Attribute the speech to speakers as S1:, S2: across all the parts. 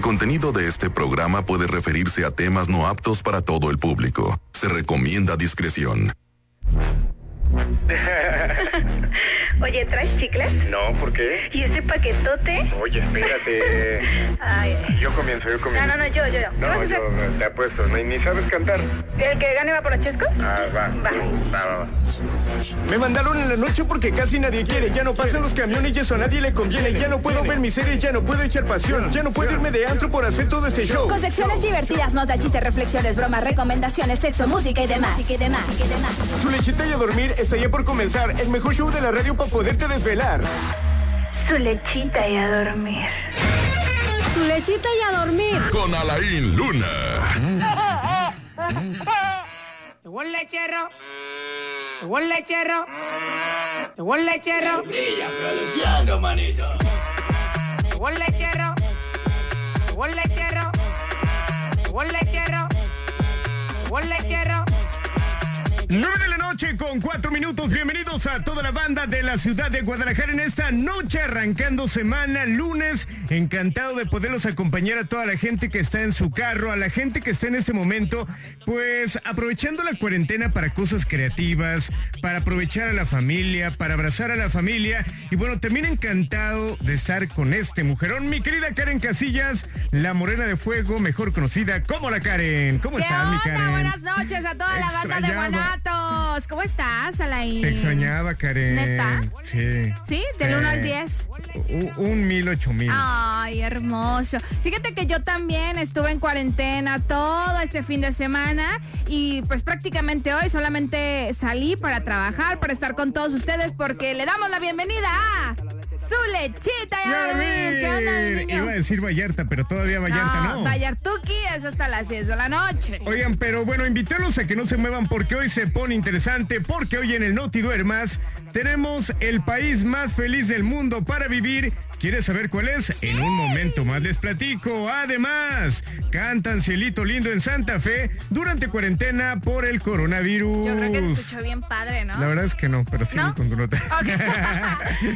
S1: contenido de este programa puede referirse a temas no aptos para todo el público. Se recomienda discreción.
S2: Oye, ¿traes chicles?
S3: No, ¿por qué?
S2: ¿Y ese paquetote?
S3: Oye, espérate.
S2: Ay.
S3: Yo comienzo, yo
S2: No,
S3: comienzo.
S2: no, no, yo, yo, yo. ¿Qué vas a
S3: No,
S2: hacer?
S3: yo te apuesto, no, ni sabes cantar.
S2: ¿El que gane va por los chescos?
S3: Ah, va.
S2: Va.
S3: Va, va, va.
S4: Me mandaron en la noche porque casi nadie quiere. Ya no pasan los camiones y eso a nadie le conviene. Ya no puedo ver serie, ya no puedo echar pasión. Ya no puedo irme de antro por hacer todo este show.
S5: Con secciones divertidas, notas, chistes, reflexiones, bromas, recomendaciones, sexo, música y demás. Música y demás.
S4: Tu lechita y a dormir estaría por comenzar. El mejor show de la radio para poderte desvelar.
S2: Su lechita y a dormir.
S5: Su lechita y a dormir.
S1: Con Alain Luna.
S6: Llegó el lechero. Llegó el lechero. Llegó el lechero. Llegó el lechero. Llegó el lechero. Llegó el lechero. Llegó el lechero.
S4: 9 de la noche con 4 minutos. Bienvenidos a toda la banda de la ciudad de Guadalajara en esta noche arrancando semana, lunes. Encantado de poderlos acompañar a toda la gente que está en su carro, a la gente que está en este momento, pues aprovechando la cuarentena para cosas creativas, para aprovechar a la familia, para abrazar a la familia. Y bueno, también encantado de estar con este mujerón, mi querida Karen Casillas, la morena de fuego, mejor conocida como la Karen. ¿Cómo
S7: ¿Qué
S4: estás, mi
S7: onda?
S4: Karen?
S7: Buenas noches a toda la banda de
S4: Extrañaba.
S7: Guanatos. ¿Cómo estás, Alain?
S4: Te extrañaba, Karen.
S7: ¿Neta?
S4: Sí.
S7: ¿Sí? Del 1 al Ah, 10.
S4: U- Un mil, ocho mil.
S7: Ay, hermoso. Fíjate que yo también estuve en cuarentena todo este fin de semana y pues prácticamente hoy solamente salí para trabajar, para estar con todos ustedes porque le damos la bienvenida a su lechita y a dormir. ¿Qué onda, mi niño? Ah,
S4: Iba a decir Vallarta, pero todavía Vallarta no.
S7: Vallartuki es hasta las 10 de la noche.
S4: Oigan, pero bueno, invítalos a que no se muevan porque hoy se pone interesante, porque hoy en el Noti Duermas tenemos el país más feliz del mundo para vivir. ¿Quieres saber cuál es? En un momento más les platico. Además, cantan Cielito Lindo en Santa Fe durante cuarentena por el coronavirus.
S7: Yo creo que se escuchó bien padre, ¿no?
S4: La verdad es que no, pero sí
S7: ¿No?
S4: con tu nota.
S7: Ok.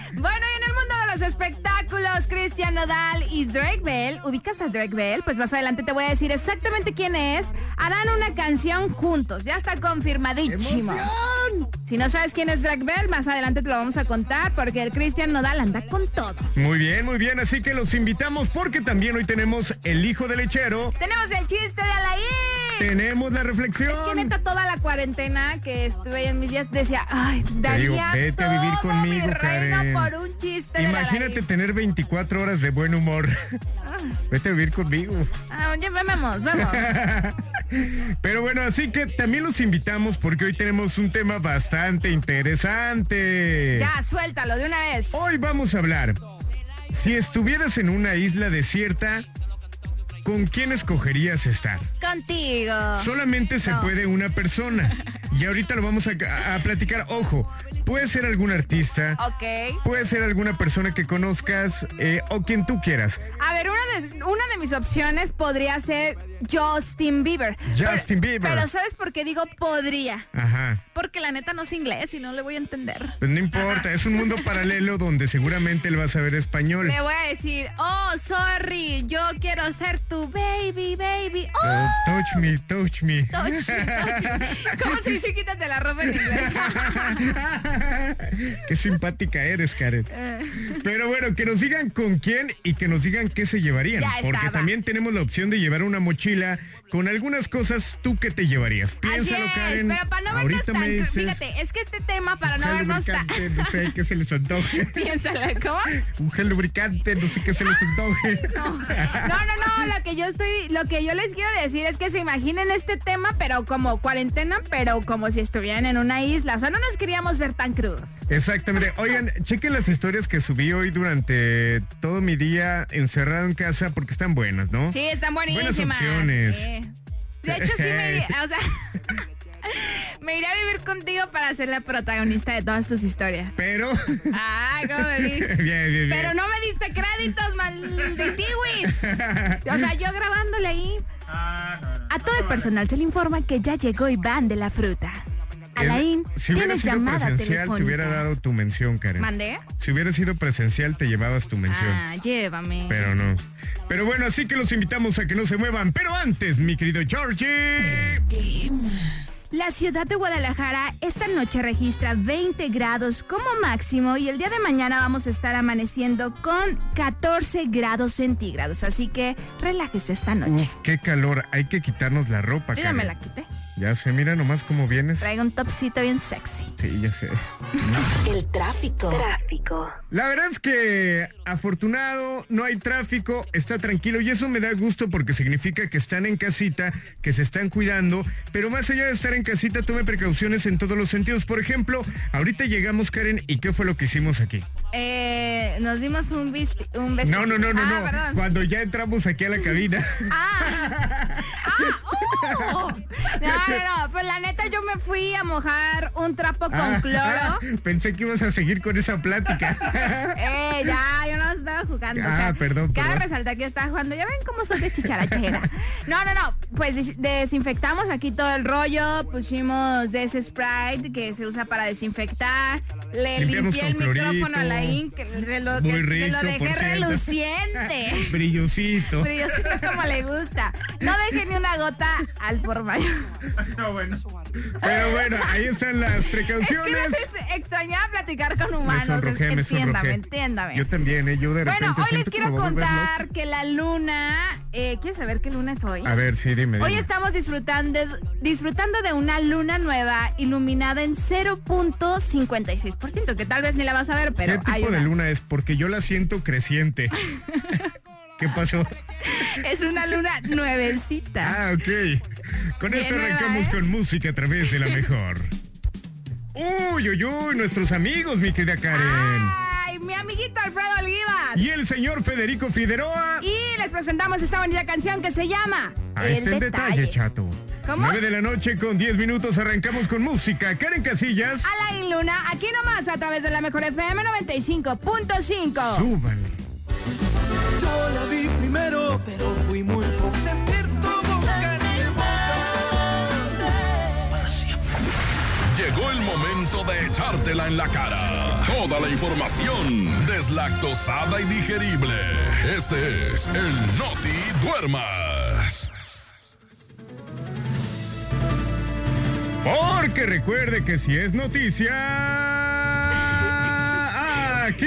S7: bueno, y en el mundo de los espectáculos, Cristian Nodal y Drake Bell, ¿ubicas a Drake Bell? Pues más adelante te voy a decir exactamente quién es. Harán una canción juntos, ya está confirmadísimo. Si no sabes quién es Drake Bell, más adelante te lo vamos a contar porque el Cristian Nodal anda con todo.
S4: Muy bien, muy bien. Así que los invitamos porque también hoy tenemos el hijo del lechero.
S7: Tenemos el chiste de Alain.
S4: Tenemos la reflexión.
S7: Es que neta toda la cuarentena que estuve en mis días decía, ay,
S4: digo,
S7: daría
S4: vete a vivir
S7: todo mi
S4: conmigo,
S7: reino
S4: Karen.
S7: por un chiste de
S4: Imagínate tener 24 horas de buen humor. Vete a vivir conmigo.
S7: Ah, ya vemos, vemos.
S4: Pero bueno, así que también los invitamos porque hoy tenemos un tema bastante interesante.
S7: Ya, suéltalo de una vez.
S4: Hoy vamos a hablar. Si estuvieras en una isla desierta, ¿con quién escogerías estar?
S7: Contigo.
S4: Solamente se puede una persona. Y ahorita lo vamos a, a platicar. Ojo, puede ser algún artista,
S7: Ok.
S4: puede ser alguna persona que conozcas eh, o quien tú quieras.
S7: A ver, una de, una de mis opciones podría ser Justin Bieber.
S4: Justin
S7: Pero-
S4: Bieber.
S7: Pero ¿sabes por qué digo podría?
S4: Ajá.
S7: Porque la neta no es inglés y no le voy a entender.
S4: Pues no importa, es un mundo paralelo donde seguramente él va a saber español.
S7: Le voy a decir, oh, sorry, yo quiero ser tu baby, baby.
S4: Eh,
S7: Oh,
S4: touch me, touch me.
S7: touch, touch. ¿Cómo se dice quítate la ropa en inglés?
S4: Qué simpática eres, Karen. Pero bueno, que nos digan con quién y que nos digan qué se llevarían.
S7: Ya
S4: porque
S7: estaba.
S4: también tenemos la opción de llevar una mochila con algunas cosas tú que te llevarías. Piénsalo,
S7: Así es,
S4: Karen.
S7: pero para no vernos
S4: Ahorita
S7: tan...
S4: me dices,
S7: Fíjate, es que este tema para
S4: un
S7: no
S4: gel
S7: vernos tan...
S4: lubricante, No sé qué se les antoje.
S7: Piénsalo, ¿cómo?
S4: Un gel lubricante, no sé qué se les antoje.
S7: No, no, no, lo que yo estoy, lo que yo les quiero decir es que se imaginen este tema, pero como cuarentena, pero como si estuvieran en una isla. O sea, no nos queríamos ver tan crudos.
S4: Exactamente. Oigan, chequen las historias que subí hoy durante todo mi día encerrado en casa porque están buenas, ¿no?
S7: Sí, están buenísimas.
S4: Buenas opciones.
S6: eh.
S7: sí. De hecho, sí me iría, o sea, me iré a vivir contigo para ser la protagonista de todas tus historias.
S4: Pero.
S6: ah,
S7: Ay, cómo me vi.
S4: bien, bien, bien.
S7: Pero no me diste créditos, malditiwis. O sea, yo grabándole ahí. A todo el personal se le informa que ya llegó Iván de la fruta.
S6: Alain,
S4: Es- si hubiera
S6: tienes
S4: sido
S6: llamada
S4: presencial, te
S6: telefónica.
S4: hubiera dado tu mención, Karen.
S6: ¿Mandé?
S4: Si hubiera sido presencial, te llevabas tu mención.
S6: Ah, llévame.
S4: Pero no. Pero bueno, así que los invitamos a que no se muevan. Pero antes, mi querido Georgie.
S6: La ciudad de Guadalajara esta noche registra 20 grados como máximo y el día de mañana vamos a estar amaneciendo con 14 grados centígrados. Así que relájese esta noche.
S4: Uf, qué calor. Hay que quitarnos la ropa,
S6: Yo ya
S4: Karen.
S6: me la quité.
S4: Ya sé, mira nomás cómo vienes.
S6: Traigo un topsito bien sexy.
S4: Sí, ya sé.
S8: El tráfico.
S2: Tráfico.
S4: La verdad es que afortunado, no hay tráfico, está tranquilo y eso me da gusto porque significa que están en casita, que se están cuidando, pero más allá de estar en casita, tome precauciones en todos los sentidos. Por ejemplo, ahorita llegamos, Karen, ¿y qué fue lo que hicimos aquí?
S6: Eh, nos dimos un, vist- un besito.
S4: No, no, no, no,
S6: ah,
S4: no.
S6: Perdón.
S4: Cuando ya entramos aquí a la cabina.
S6: Ah, ah, oh. No, no, no. Pues la neta, yo me fui a mojar un trapo con
S4: Ah, ah,
S6: cloro.
S4: pensé que ibas a seguir con esa plática.
S6: Eh, ya, yo no estaba jugando.
S4: Ah,
S6: o sea,
S4: perdón,
S6: Cabe
S4: perdón.
S6: resaltar que yo estaba jugando. Ya ven cómo soy de chicharachera. No, no, no. Pues des- desinfectamos aquí todo el rollo. Pusimos de ese Sprite que se usa para desinfectar. Le
S4: Limpiamos
S6: limpié el
S4: con
S6: micrófono a
S4: clorito.
S6: la INC. Se lo, que-
S4: Muy
S6: se
S4: rico,
S6: lo
S4: por
S6: dejé
S4: cierto.
S6: reluciente.
S4: Brillosito.
S6: Pero yo sí que como le gusta. No deje ni una gota al por mayor.
S4: Pero bueno, ahí están las
S6: Es que me
S4: precauciones.
S6: extrañaba platicar con
S4: Me
S6: humanos.
S4: sonrojé, me
S6: entiéndame,
S4: sonrojé.
S6: entiéndame.
S4: Yo también, ¿eh? Yo de
S6: Bueno,
S4: repente
S6: hoy les
S4: siento que me
S6: quiero
S4: voy a volver
S6: contar que la luna. Eh, ¿Quieres saber qué luna es hoy?
S4: loco. A ver, sí, dime.
S6: Hoy
S4: dime.
S6: estamos disfrutando, disfrutando de una luna nueva iluminada en 0.56%, que tal vez ni la vas a ver, pero
S4: ¿Qué tipo
S6: hay
S4: de
S6: una.
S4: luna es? Porque yo la siento creciente. ¿Qué pasó?
S6: Es una luna nuevecita.
S4: Ah, ok. Con
S6: Bien
S4: esto
S6: nueva,
S4: arrancamos
S6: ¿eh?
S4: con música a través de la mejor. Uy, uy, uy, nuestros amigos, mi querida Karen.
S6: ¡Ay, mi amiguito Alfredo Olivas!
S4: Y el señor Federico Figueroa.
S6: Y les presentamos esta bonita canción que se llama
S4: Ahí Ah, está el detalle, chato.
S6: ¿Cómo?
S4: 9 de la noche con 10 minutos arrancamos con música. Karen Casillas.
S6: Alain Luna, aquí nomás a través de la mejor FM 95.5.
S4: Súbanle.
S9: Yo la vi primero, pero fui muy poco. Sentir tu boca en mi boca. Para siempre.
S1: Llegó el momento de echártela en la cara. Toda la información deslactosada y digerible. Este es el Noti Duermas.
S4: Porque recuerde que si es noticia, aquí.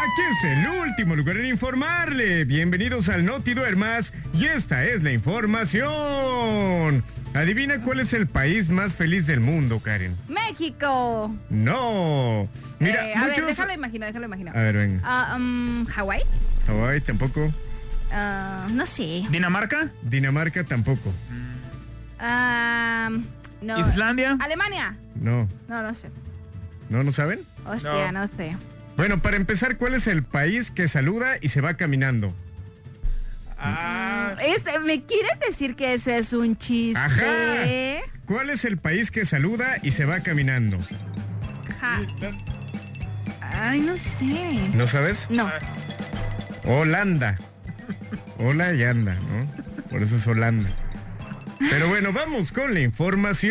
S4: Aquí es el último lugar en informarle. Bienvenidos al Noti Duermas y esta es la información. Adivina cuál es el país más feliz del mundo, Karen.
S6: México.
S4: No. Mira,
S6: Eh, a
S4: muchos.
S6: ver, déjalo imagino, déjalo imagino.
S4: A ver, venga.
S6: Ah, um, ¿Hawái?
S4: Hawái tampoco.
S6: Ah, no sé.
S10: ¿Dinamarca?
S4: Dinamarca tampoco.
S6: Ah, no.
S10: ¿Islandia?
S6: ¿Alemania?
S4: No.
S6: No, no sé.
S4: ¿No, no saben?
S6: Hostia, no, sé.
S4: Bueno, para empezar, ¿cuál es el país que saluda y se va caminando?
S10: Ah,
S6: Es- ¿Me quieres decir que eso es un chiste?
S4: Ajá. ¿Cuál es el país que saluda y se va caminando?
S6: Ja- Ay, no sé.
S4: ¿No sabes?
S6: No.
S4: Holanda. Hola y anda, ¿no? Por eso es Holanda. Pero bueno, vamos con la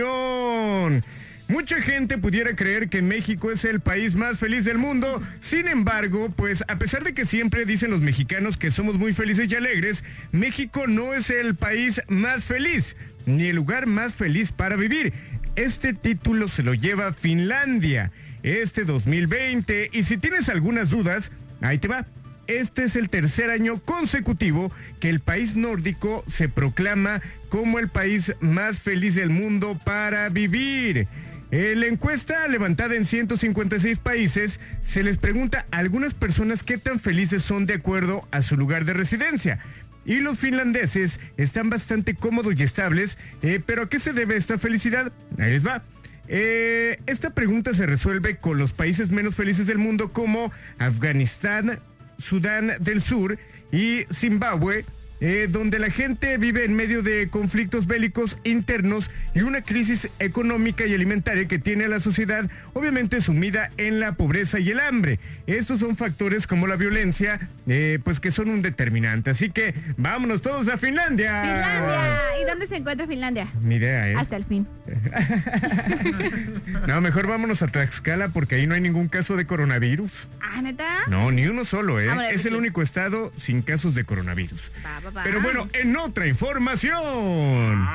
S4: información. Mucha gente pudiera creer que México es el país más feliz del mundo. Sin embargo, pues a pesar de que siempre dicen los mexicanos que somos muy felices y alegres, México no es el país más feliz, ni el lugar más feliz para vivir. Este título se lo lleva Finlandia este 2020. Y si tienes algunas dudas, ahí te va. Este es el tercer año consecutivo que el país nórdico se proclama como el país más feliz del mundo para vivir. En la encuesta levantada en 156 países se les pregunta a algunas personas qué tan felices son de acuerdo a su lugar de residencia. Y los finlandeses están bastante cómodos y estables, eh, pero ¿a qué se debe esta felicidad? Ahí les va. Eh, esta pregunta se resuelve con los países menos felices del mundo como Afganistán, Sudán del Sur y Zimbabue, eh, donde la gente vive en medio de conflictos bélicos internos y una crisis económica y alimentaria que tiene a la sociedad obviamente sumida en la pobreza y el hambre. Estos son factores como la violencia, eh, pues que son un determinante. Así que vámonos todos a Finlandia.
S7: Finlandia. ¿Y dónde se encuentra Finlandia?
S4: Ni idea, ¿eh?
S7: Hasta el fin.
S4: No, mejor vámonos a Tlaxcala porque ahí no hay ningún caso de coronavirus.
S7: Ah, neta.
S4: No, ni uno solo, ¿eh?
S7: Vámonos,
S4: es el
S7: Ricky.
S4: único estado sin casos de coronavirus.
S7: pues Va, va, va.
S4: Pero bueno, en otra información.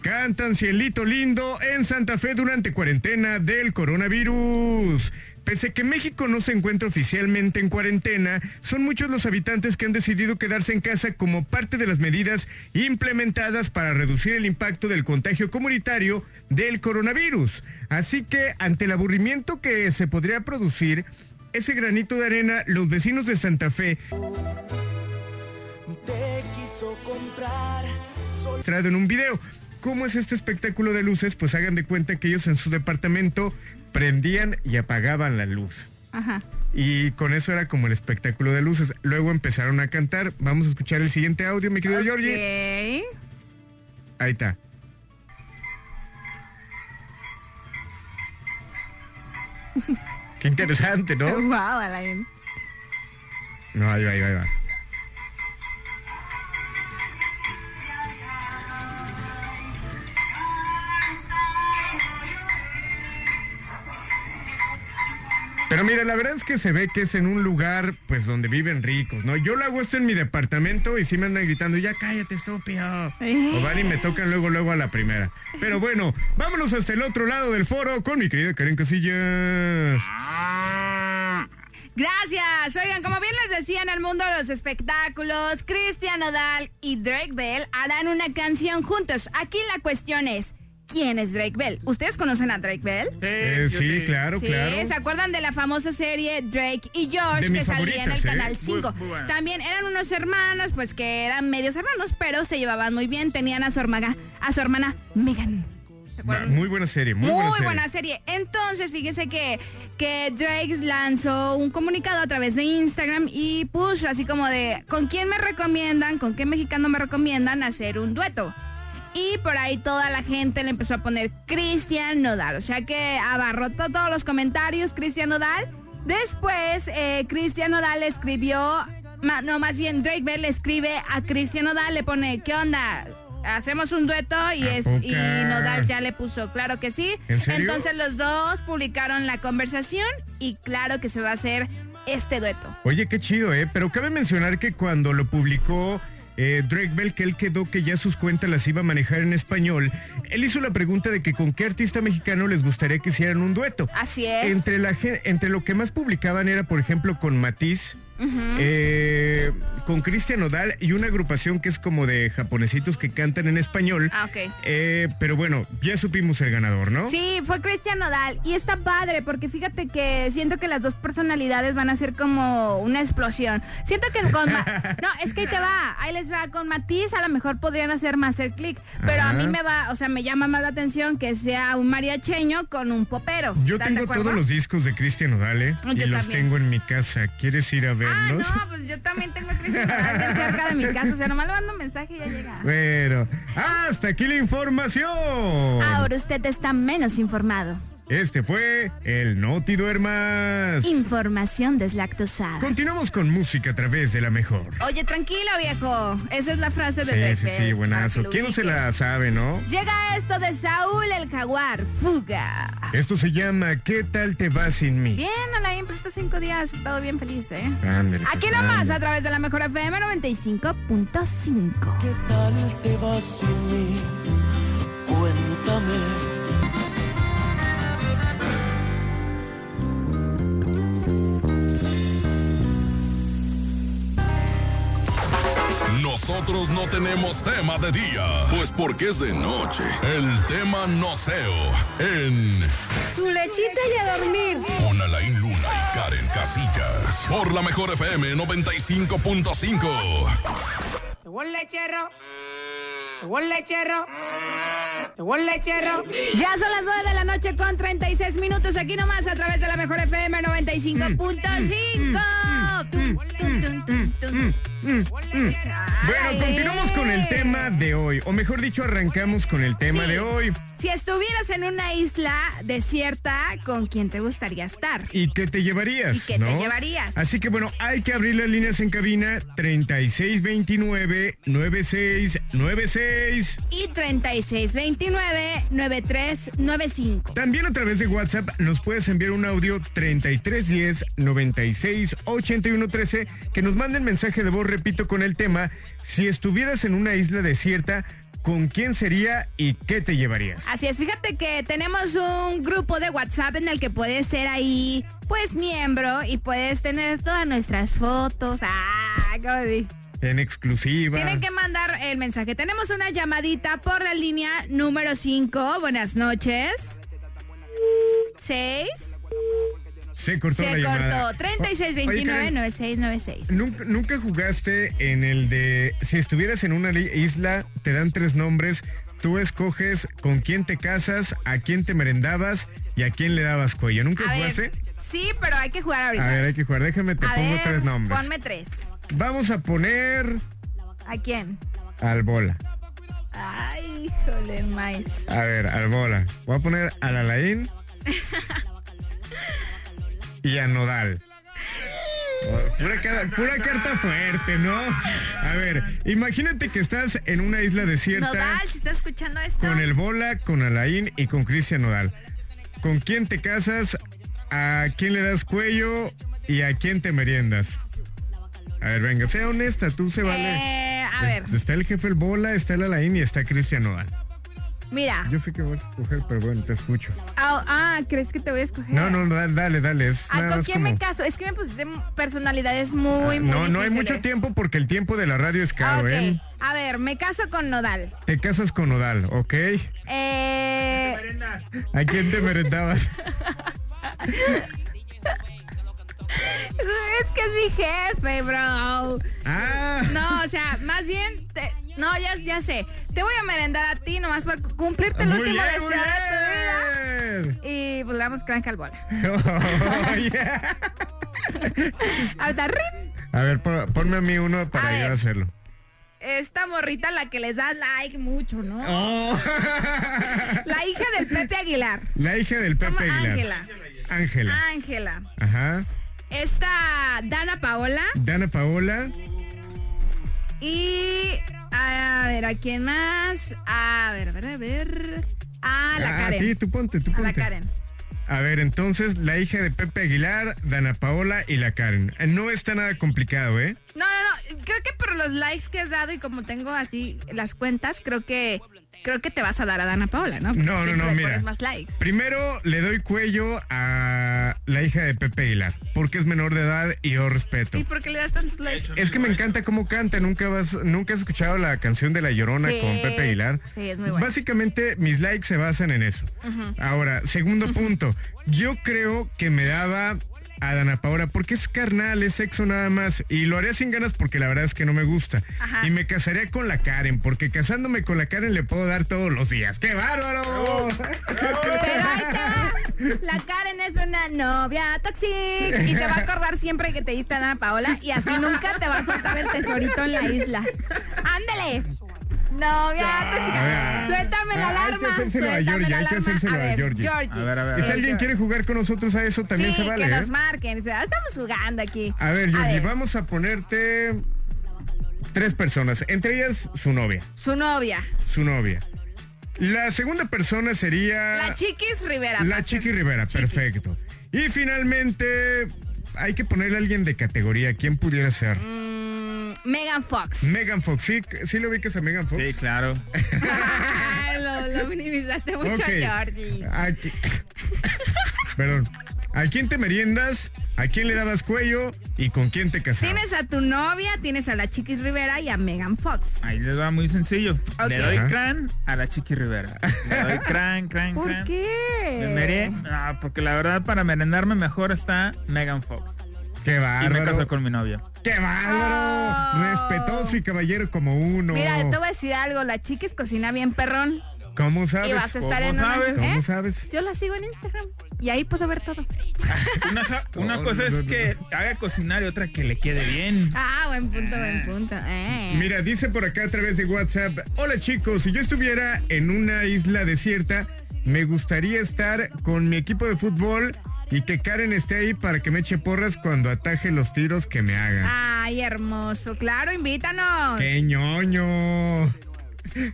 S4: Cantan Cielito Lindo en Santa Fe durante cuarentena del coronavirus. Pese que México no se encuentra oficialmente en cuarentena, son muchos los habitantes que han decidido quedarse en casa como parte de las medidas implementadas para reducir el impacto del contagio comunitario del coronavirus. Así que ante el aburrimiento que se podría producir, ese granito de arena, los vecinos de Santa Fe
S11: Te quiso comprar. Sol...
S4: mostrado en un video. ¿Cómo es este espectáculo de luces? Pues hagan de cuenta que ellos en su departamento prendían y apagaban la luz.
S7: Ajá.
S4: Y con eso era como el espectáculo de luces. Luego empezaron a cantar. Vamos a escuchar el siguiente audio, mi querido Georgie.
S7: Ok.
S4: Ahí está. Qué interesante, ¿no?
S7: Guau, Alain.
S4: No, ahí va, ahí va, ahí va. Pero mira, la verdad es que se ve que es en un lugar, pues, donde viven ricos, ¿no? Yo lo hago esto en mi departamento y sí me andan gritando, ya cállate, estúpido. O van y me tocan luego, luego a la primera. Pero bueno, vámonos hasta el otro lado del foro con mi querida Karen Casillas.
S7: Gracias. Oigan, como bien les decía en el mundo de los espectáculos, Cristian Odal y Drake Bell harán una canción juntos. Aquí la cuestión es, ¿quién es Drake Bell? ¿Ustedes conocen a Drake Bell?
S4: Eh,
S12: yo
S4: sí,
S12: te-
S4: claro,
S7: Sí,
S4: claro.
S7: ¿se acuerdan de la famosa serie Drake y George
S4: De
S7: que
S4: mis
S7: salía en el
S4: favoritas, ¿eh?
S7: Canal 5?
S12: Muy- muy buena.
S7: También eran unos hermanos, pues que eran medios hermanos, pero se llevaban muy bien. Tenían a su hermana, a su hermana Megan. ¿Se
S4: Ma-
S7: acuerdan?
S4: Muy buena serie, muy,
S7: Muy,
S4: buena serie.
S7: buena serie. Entonces, fíjese que, que Drake lanzó un comunicado a través de Instagram y puso así como de, ¿con quién me recomiendan, con qué mexicano me recomiendan hacer un dueto? Y por ahí toda la gente le empezó a poner Cristian Nodal. O sea que abarrotó todos los comentarios Cristian Nodal. Después, eh, Cristian Nodal escribió, ma- no, más bien Drake Bell le escribe a Cristian Nodal, le pone, ¿qué onda? Hacemos un dueto y,
S4: ¿A
S7: es,
S4: poco?
S7: y Nodal ya le puso, claro que sí.
S4: ¿En serio?
S7: Entonces los dos publicaron la conversación y claro que se va a hacer este dueto.
S4: Oye, qué chido, ¿eh? Pero cabe mencionar que cuando lo publicó eh, Drake Bell, que él quedó que ya sus cuentas las iba a manejar en español, él hizo la pregunta de que con qué artista mexicano les gustaría que hicieran un dueto.
S7: Así es.
S4: Entre, la, gen- entre lo que más publicaban era, por ejemplo, con Matiz, eh, con Cristian Odal y una agrupación que es como de japonesitos que cantan en español.
S7: Ah, ok.
S4: Eh, pero bueno, ya supimos el ganador, ¿no?
S7: Sí, fue Cristian Nodal. Y está padre, porque fíjate que siento que las dos personalidades van a ser como una explosión. Siento que con... Ma- no, es que ahí te va, ahí les va. Con Matiz a lo mejor podrían hacer más el click. Pero a
S4: Ajá.
S7: mí me va, o sea, me llama más la atención que sea un mariacheño con un popero.
S4: Yo
S7: ¿Están de
S4: tengo
S7: acuerdo?
S4: todos los discos de Cristian Odal, ¿eh?
S7: Yo
S4: y los
S7: también.
S4: tengo en mi casa. ¿Quieres ir a
S7: Ah,
S4: verlos?
S7: no, pues yo también tengo a Cristian Nodal bien cerca de mi casa. O sea, nomás le mando un mensaje y ya llega.
S4: Bueno, hasta aquí la información.
S7: Ahora usted está menos informado.
S4: Este fue el Noti Duermas.
S7: Información deslactosada.
S4: Continuamos con música a través de la mejor.
S7: Oye, tranquilo, viejo. Esa es la frase de
S4: Sí,
S7: Drake
S4: sí, sí,
S7: Bell, para que
S4: buenazo.
S7: lo
S4: ¿Quién no se
S7: ubiquen.
S4: la sabe, no?
S7: Llega esto de Saúl el Jaguar, fuga.
S4: Esto se llama ¿Qué tal te va sin mí?
S7: Bien, Alain, pues estos cinco días he estado bien feliz, ¿eh?
S4: Ándale, pues,
S7: Aquí nomás,
S4: ándale.
S7: a través de la Mejor FM 95.5.
S11: ¿Qué tal te vas sin mí? Cuéntame.
S1: Nosotros no tenemos tema de día, pues porque es de noche. El tema noceo en
S5: Su lechita y a dormir.
S1: Con Alain Luna y Karen Casillas. Por la mejor FM 95.5.
S6: Llegó el lechero. Llegó el lechero. Llegó el lechero.
S7: Ya son las 9 de la noche con 36 minutos. Aquí nomás, a través de la Mejor FM 95.5. Mm.
S4: Bueno, continuamos con el tema de hoy, o mejor dicho, arrancamos con el tema
S6: Sí.
S4: de hoy.
S6: Si estuvieras en una isla desierta, ¿con quién te gustaría estar?
S4: ¿Y qué te llevarías?
S6: ¿Y qué te
S4: no?
S6: llevarías?
S4: Así que bueno, hay que abrir las líneas en cabina 3629-9696.
S6: Y 3629-9395.
S4: También a través de WhatsApp nos puedes enviar un audio 3310 96 81 13 que nos manden mensaje de voz, repito, con el tema, si estuvieras en una isla desierta, ¿con quién sería y qué te llevarías?
S6: Así es, fíjate que tenemos un grupo de WhatsApp en el que puedes ser ahí, pues miembro y puedes tener todas nuestras fotos. Ah, qué bonito.
S4: En exclusiva.
S6: Tienen que mandar el mensaje. Tenemos una llamadita por la línea número 5. Buenas noches. 6.
S4: Se cortó la
S6: Se
S4: llamada. Oh,
S6: cortó.
S4: Oye, Karen,
S6: 3629-9696.
S4: ¿Nunca, nunca jugaste en el de si estuvieras en una li- isla, te dan tres nombres, tú escoges con quién te casas, a quién te merendabas y a quién le dabas cuello. ¿Nunca
S6: A
S4: jugaste?
S6: ver. Sí, pero hay que jugar ahorita.
S4: A ver, hay que jugar. Déjame, te
S6: A
S4: pongo
S6: ver,
S4: tres nombres.
S6: Ponme tres.
S4: Vamos a poner
S6: ¿A quién?
S4: al bola.
S6: Ay, híjole, maíz.
S4: A ver, al bola. Voy a poner al Alain y a Nodal. Oh, Pura, cara- pura carta fuerte, ¿no? A ver, imagínate que estás en una isla desierta
S6: Nodal, si estás escuchando esto.
S4: con el Bola, con Alain y con Cristian Nodal. ¿Con quién te casas? ¿A quién le das cuello? ¿Y a quién te meriendas? A ver, venga, sea honesta, tú se vale.
S6: Eh, a ver,
S4: Está el jefe el Bola, está el Alain y está Cristian Nodal.
S6: mira.
S4: Yo sé que vas a escoger, pero bueno, te escucho.
S6: Ah, ah, ¿crees que te voy a escoger?
S4: No, no, dale, dale. dale, es
S6: Ah,
S4: nada
S6: ¿Con
S4: más
S6: quién me
S4: como- Ah,
S6: caso? Es que me pusiste personalidades muy, muy
S4: No, no hay mucho
S6: difíciles.
S4: tiempo porque el tiempo de la radio es
S6: Ah,
S4: caro,
S6: ok.
S4: ¿eh?
S6: A ver, me caso con Nodal.
S4: Te casas con Nodal, ¿ok?
S6: Eh,
S4: ¿A quién te merendabas?
S6: es que es mi jefe, bro.
S4: Ah.
S6: No, o sea, más bien, te- no, ya, ya sé. Te voy a merendar a ti nomás para cumplirte el
S4: Muy
S6: último
S4: bien,
S6: deseo
S4: muy de tu vida.
S6: Y volvamos cranca al bola.
S4: Oye.
S6: Ahorita, rin.
S4: A ver, pon- ponme a mí uno para
S6: A
S4: yo
S6: ver.
S4: hacerlo.
S6: esta morrita la que les da like mucho, ¿no?
S4: Oh.
S6: La hija del Pepe Aguilar.
S4: La hija del Pepe
S6: Toma,
S4: Aguilar.
S6: Ángela. Ah.
S4: Ángela.
S6: Ángela.
S4: Ajá.
S6: Esta Dana Paola
S4: Dana Paola.
S6: y a ver, ¿a quién más? A ver, a ver, a ver. A la
S4: Ah,
S6: Karen.
S4: sí, tú ponte, tú
S6: a la
S4: ponte.
S6: Karen.
S4: A ver, entonces, la hija de Pepe Aguilar, Dana Paola y la Karen. Eh, No está nada complicado, ¿eh?
S6: No, no, no. Creo que por los likes que has dado y como tengo así las cuentas, creo que creo que te vas a dar a Dana Paola, ¿no? Porque
S4: No, no,
S6: siempre
S4: no,
S6: le
S4: mira.
S6: pones más likes.
S4: Primero le doy cuello a la hija de Pepe Aguilar, porque es menor de edad y yo respeto.
S6: ¿Y por qué le das tantos likes?
S4: Es que me encanta cómo canta, nunca vas, nunca has escuchado la canción de La Llorona
S6: Sí.
S4: con Pepe Aguilar.
S6: Sí, es muy buena.
S4: Básicamente mis likes se basan en eso.
S6: Ujú.
S4: Ahora, segundo punto, yo creo que me daba a Dana Paola porque es carnal, es sexo nada más y lo haría sin ganas porque la verdad es que no me gusta.
S6: Ajá.
S4: Y me casaría con la Karen porque casándome con la Karen le puedo dar todos los días. ¡Qué bárbaro!
S6: Pero ahí te va. La Karen es una novia tóxica y se va a acordar siempre que te diste a Ana Paola y así nunca te va a soltar el tesorito en la isla. ¡Ándale! Novia
S4: A
S6: tóxica.
S4: ver,
S6: Suéltame la
S4: ah, Hay que
S6: alarma.
S4: hacérselo a
S6: suéltame
S4: Georgie,
S6: la
S4: hay que
S6: alarma.
S4: hacérselo a,
S6: a ver,
S4: Georgie.
S6: Georgie.
S4: Y si alguien quiere jugar con nosotros a eso, también se
S6: sí,
S4: vale.
S6: que
S4: ¿eh?
S6: nos marquen. O sea, Estamos jugando aquí.
S4: A ver,
S6: A
S4: Georgie,
S6: ver.
S4: vamos a ponerte tres personas, entre ellas su novia,
S6: Su novia,
S4: su novia. La segunda persona sería
S6: la Chiquis Rivera.
S4: Ah, la
S7: pues,
S4: Chiqui Rivera, perfecto. Y finalmente hay que ponerle a alguien de categoría, ¿quién pudiera ser?
S6: Mm. Megan Fox.
S4: Megan Fox, ¿sí, sí lo ubicas a Megan Fox? Sí, claro.
S7: Ah,
S6: Ay, lo, lo minimizaste mucho,
S4: Ok. Ah.
S6: Georgie.
S4: Aquí- Perdón. ¿A quién te meriendas? ¿A quién le dabas cuello? ¿Y con quién te casabas?
S6: Tienes a tu novia, tienes a la Chiquis Rivera y a Megan Fox.
S13: Ahí les va muy sencillo.
S6: Ok.
S13: Le doy
S6: Ajá.
S13: crán a la Chiqui Rivera. Le doy crán, crán,
S6: ¿Por
S4: Ah.
S13: crán. Me
S6: qué?
S13: meré. Ah, porque la verdad, para merendarme mejor está Megan Fox.
S4: ¡Qué
S13: Y me
S4: bárbaro!
S13: caso con mi novia.
S4: ¡Qué
S7: Oh.
S4: bárbaro! Respetuoso y caballero como uno.
S6: Mira, te voy a decir algo, la Chiquis cocina bien perrón.
S4: ¿Cómo sabes?
S7: Y vas a estar
S12: ¿Cómo
S7: en una-
S12: sabes?
S7: ¿eh?
S4: ¿Cómo sabes?
S7: Yo la sigo en Instagram y ahí puedo ver todo.
S12: Una, sa- una
S4: No,
S12: cosa
S4: no,
S12: es
S4: no.
S12: que haga cocinar y otra que le quede bien.
S7: Ah, buen punto, buen punto. Eh.
S4: Mira, dice por acá a través de WhatsApp, hola chicos, si yo estuviera en una isla desierta, me gustaría estar con mi equipo de fútbol y que Karen esté ahí para que me eche porras cuando ataje los tiros que me hagan.
S7: Ay, hermoso. Claro, invítanos.
S4: ¡Qué ñoño!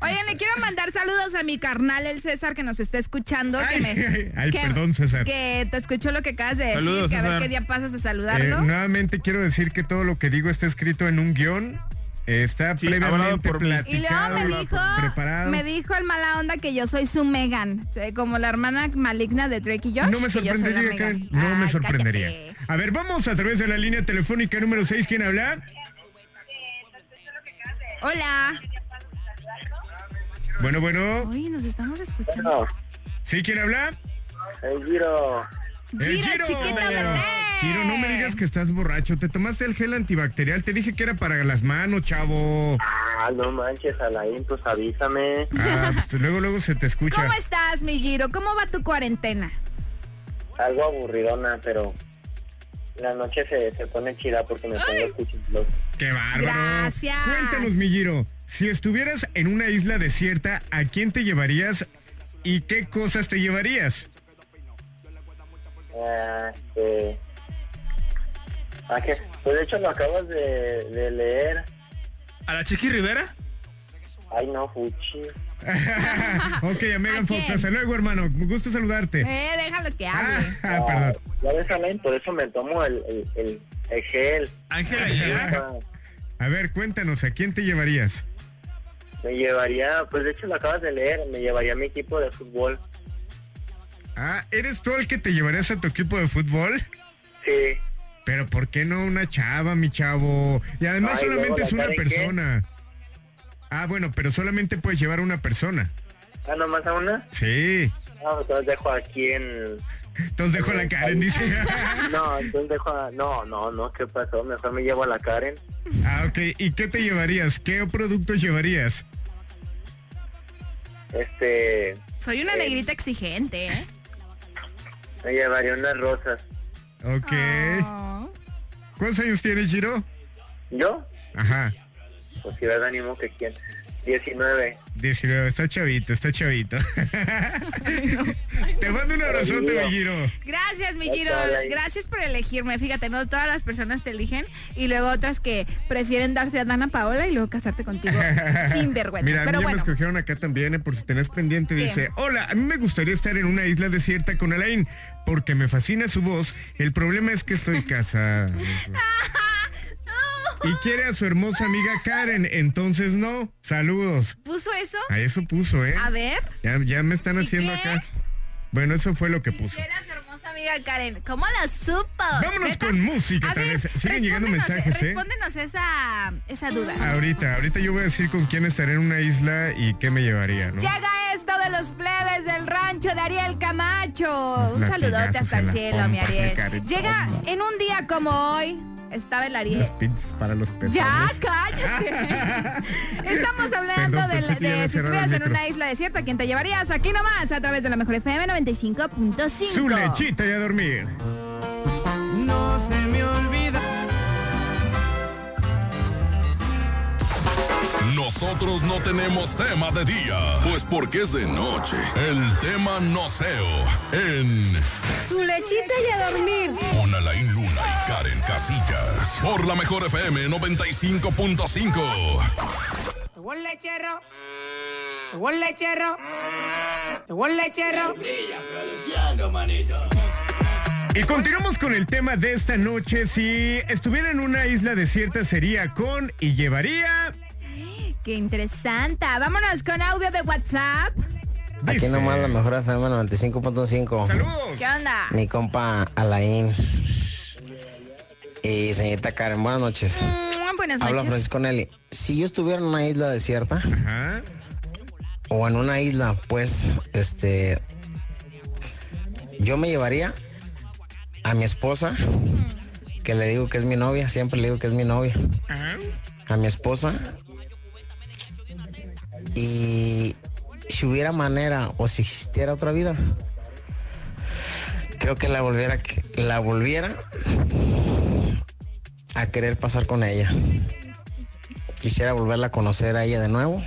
S7: Oigan, le quiero mandar saludos a mi carnal, el César, que nos está escuchando. que
S4: Ay,
S7: me-
S4: ay, ay,
S7: que-
S4: perdón, César.
S7: Que te escuchó lo que acabas de decir,
S12: Saludos,
S7: que a ver
S12: César.
S7: qué día pasas a
S4: Eh,
S7: saludarlo.
S4: nuevamente quiero decir que todo lo que digo está escrito en un guión. eh, Está
S12: Sí, hablado
S4: previamente
S12: por mí.
S7: y luego
S4: platicado,
S7: me
S4: hablado
S7: dijo,
S4: por- preparado.
S7: me dijo el mala onda que yo soy su Megan, o sea, como la hermana maligna de Drake y Josh.
S4: No me
S7: que yo soy la
S4: sorprendería,
S7: Meghan.
S4: Karen. No me
S7: Ay,
S4: sorprendería.
S7: cállate.
S4: A ver, vamos a través de la línea telefónica número 6. ¿Quién habla?
S7: Hola.
S4: Bueno, bueno.
S7: Oye, nos estamos escuchando.
S3: No,
S4: ¿Sí? ¿Quién habla?
S3: el giro.
S4: El
S7: Gira, chiquita, vete.
S4: Giro, no me digas que estás borracho. Te tomaste el gel antibacterial. Te dije que era para las manos, chavo.
S3: Ah, no manches, Alain, pues avísame.
S4: Ah, pues, luego, luego se te escucha.
S7: ¿Cómo estás, mi Giro? ¿Cómo va tu cuarentena?
S3: Algo aburridona, pero la noche se, se pone chida porque me pongo a escucharlos.
S4: ¡Qué bárbaro!
S7: Gracias.
S4: Cuéntanos, mi Giro. Si estuvieras en una isla desierta, ¿a quién te llevarías y qué cosas te llevarías?
S3: Ah, este, ah, que- Pues de hecho lo acabas de, de leer.
S12: ¿A la Chiqui Rivera?
S3: Ay, no, Fuchi.
S4: ok, a Megan
S7: ¿A
S4: Fox.
S7: quién?
S4: Hasta luego, hermano. Gusto saludarte.
S7: Eh, déjalo que hable.
S4: Ah, ah, perdón.
S3: Ya ves, Alain, por eso me tomo el, el, el, el gel.
S12: Ángela Aguilera.
S3: Ah,
S4: A ver, cuéntanos, ¿a quién te llevarías?
S3: Me llevaría, pues de hecho lo acabas de leer, me llevaría a mi equipo de fútbol.
S4: Ah, ¿eres tú el que te llevarías a tu equipo de fútbol?
S3: Sí.
S4: Pero ¿por qué no una chava, mi chavo? Y además
S3: Ay, luego
S4: solamente
S3: la
S4: es una
S3: Karen, ¿qué?
S4: persona. Ah, bueno, pero solamente puedes llevar a una persona.
S3: Ah, nomás a una.
S4: Sí.
S3: Ah, entonces dejo aquí en.
S4: Entonces dejo la Karen, dice.
S3: No, entonces dejo a. No, no, no, ¿qué pasó? Mejor me llevo a la Karen.
S4: Ah, ok. ¿Y qué te llevarías? ¿Qué productos llevarías?
S3: Este.
S7: Soy una negrita exigente, ¿eh?
S3: Me llevaría unas rosas.
S4: Ok.
S6: Ah.
S7: Oh.
S4: ¿Cuántos años tienes, Giro?
S3: ¿Yo?
S4: Ajá.
S3: Pues si ves ánimo que quién. 19.
S4: 19. Está chavito, está chavito. Te mando un abrazote, mi Giro.
S7: Gracias, mi
S3: Ahí
S7: Giro.
S3: está, ahí.
S7: Gracias por elegirme. Fíjate, no todas las personas te eligen y luego otras que prefieren darse a Dana Paola y luego casarte contigo sin vergüenza.
S4: Mira, a mí
S7: Pero
S4: ya me
S7: bueno,
S4: escogieron acá también, eh, por si tenés pendiente.
S7: ¿Qué?
S4: Dice, hola, a mí me gustaría estar en una isla desierta con Alain, porque me fascina su voz. El problema es que estoy casada. y quiere a su hermosa amiga Karen, entonces no. Saludos.
S7: ¿puso eso?
S4: A eso puso, ¿eh?
S7: A ver.
S4: Ya, ya me están
S7: ¿Y
S4: haciendo
S7: qué?
S4: acá. Bueno, eso fue lo que puso.
S7: Era su hermosa amiga Karen. ¿Cómo la supo?
S4: Vámonos
S7: Neta.
S4: con música,
S7: A
S4: tal
S7: ver,
S4: vez. Siguen llegando
S7: respóndenos,
S4: mensajes, ¿eh?
S7: Respóndenos esa, esa duda.
S4: Ahorita, ahorita yo voy a decir con quién estaré en una isla y qué me llevaría, ¿no?
S7: Llega esto de los plebes del rancho de Ariel Camacho.
S4: Los
S7: Un saludote
S4: latigazos en
S7: hasta el
S4: las
S7: cielo, mi
S4: pompas, mi
S7: Ariel.
S4: Karen,
S7: Llega
S4: pompa.
S7: en un día como hoy. Estaba el Ariel.
S4: Los pinches para los pesos.
S7: Ya, cállate. Estamos hablando
S4: Perdón,
S7: de,
S4: pensé
S7: la-
S4: que ya
S7: de
S4: me
S7: si
S4: cerraron el
S7: estuvieras en
S4: micro.
S7: una isla desierta, ¿quién te llevarías? Aquí nomás, a través de la mejor FM 95.5.
S4: Su lechita y a dormir.
S11: No se me olvida.
S1: Nosotros no tenemos tema de día, pues porque es de noche. El tema no seo en
S5: Su lechita y a dormir.
S1: Con Alain Luna y Karen Casillas. Por la mejor FM 95.5.
S6: Llegó el lechero. Llegó el lechero. Llegó el lechero.
S4: Y continuamos con el tema de esta noche. Si estuviera en una isla desierta sería con y llevaría.
S7: Qué interesante. Vámonos con audio de WhatsApp.
S4: dice,
S10: Aquí nomás la mejor FM 95.5.
S4: Saludos.
S7: ¿Qué onda?
S10: Mi compa Alain. Y señorita Karen, buenas noches.
S7: Mm, buenas
S10: Habla
S7: noches.
S10: Francisco Nelly. Si yo estuviera en una isla desierta
S4: Ajá.
S10: o en una isla, pues, este, yo me llevaría a mi esposa, que le digo que es mi novia, siempre le digo que es mi novia,
S4: Ajá.
S10: a mi esposa. Y si hubiera manera o si existiera otra vida, creo que la volviera, la volviera a querer pasar con ella. Quisiera volverla a conocer a ella de nuevo,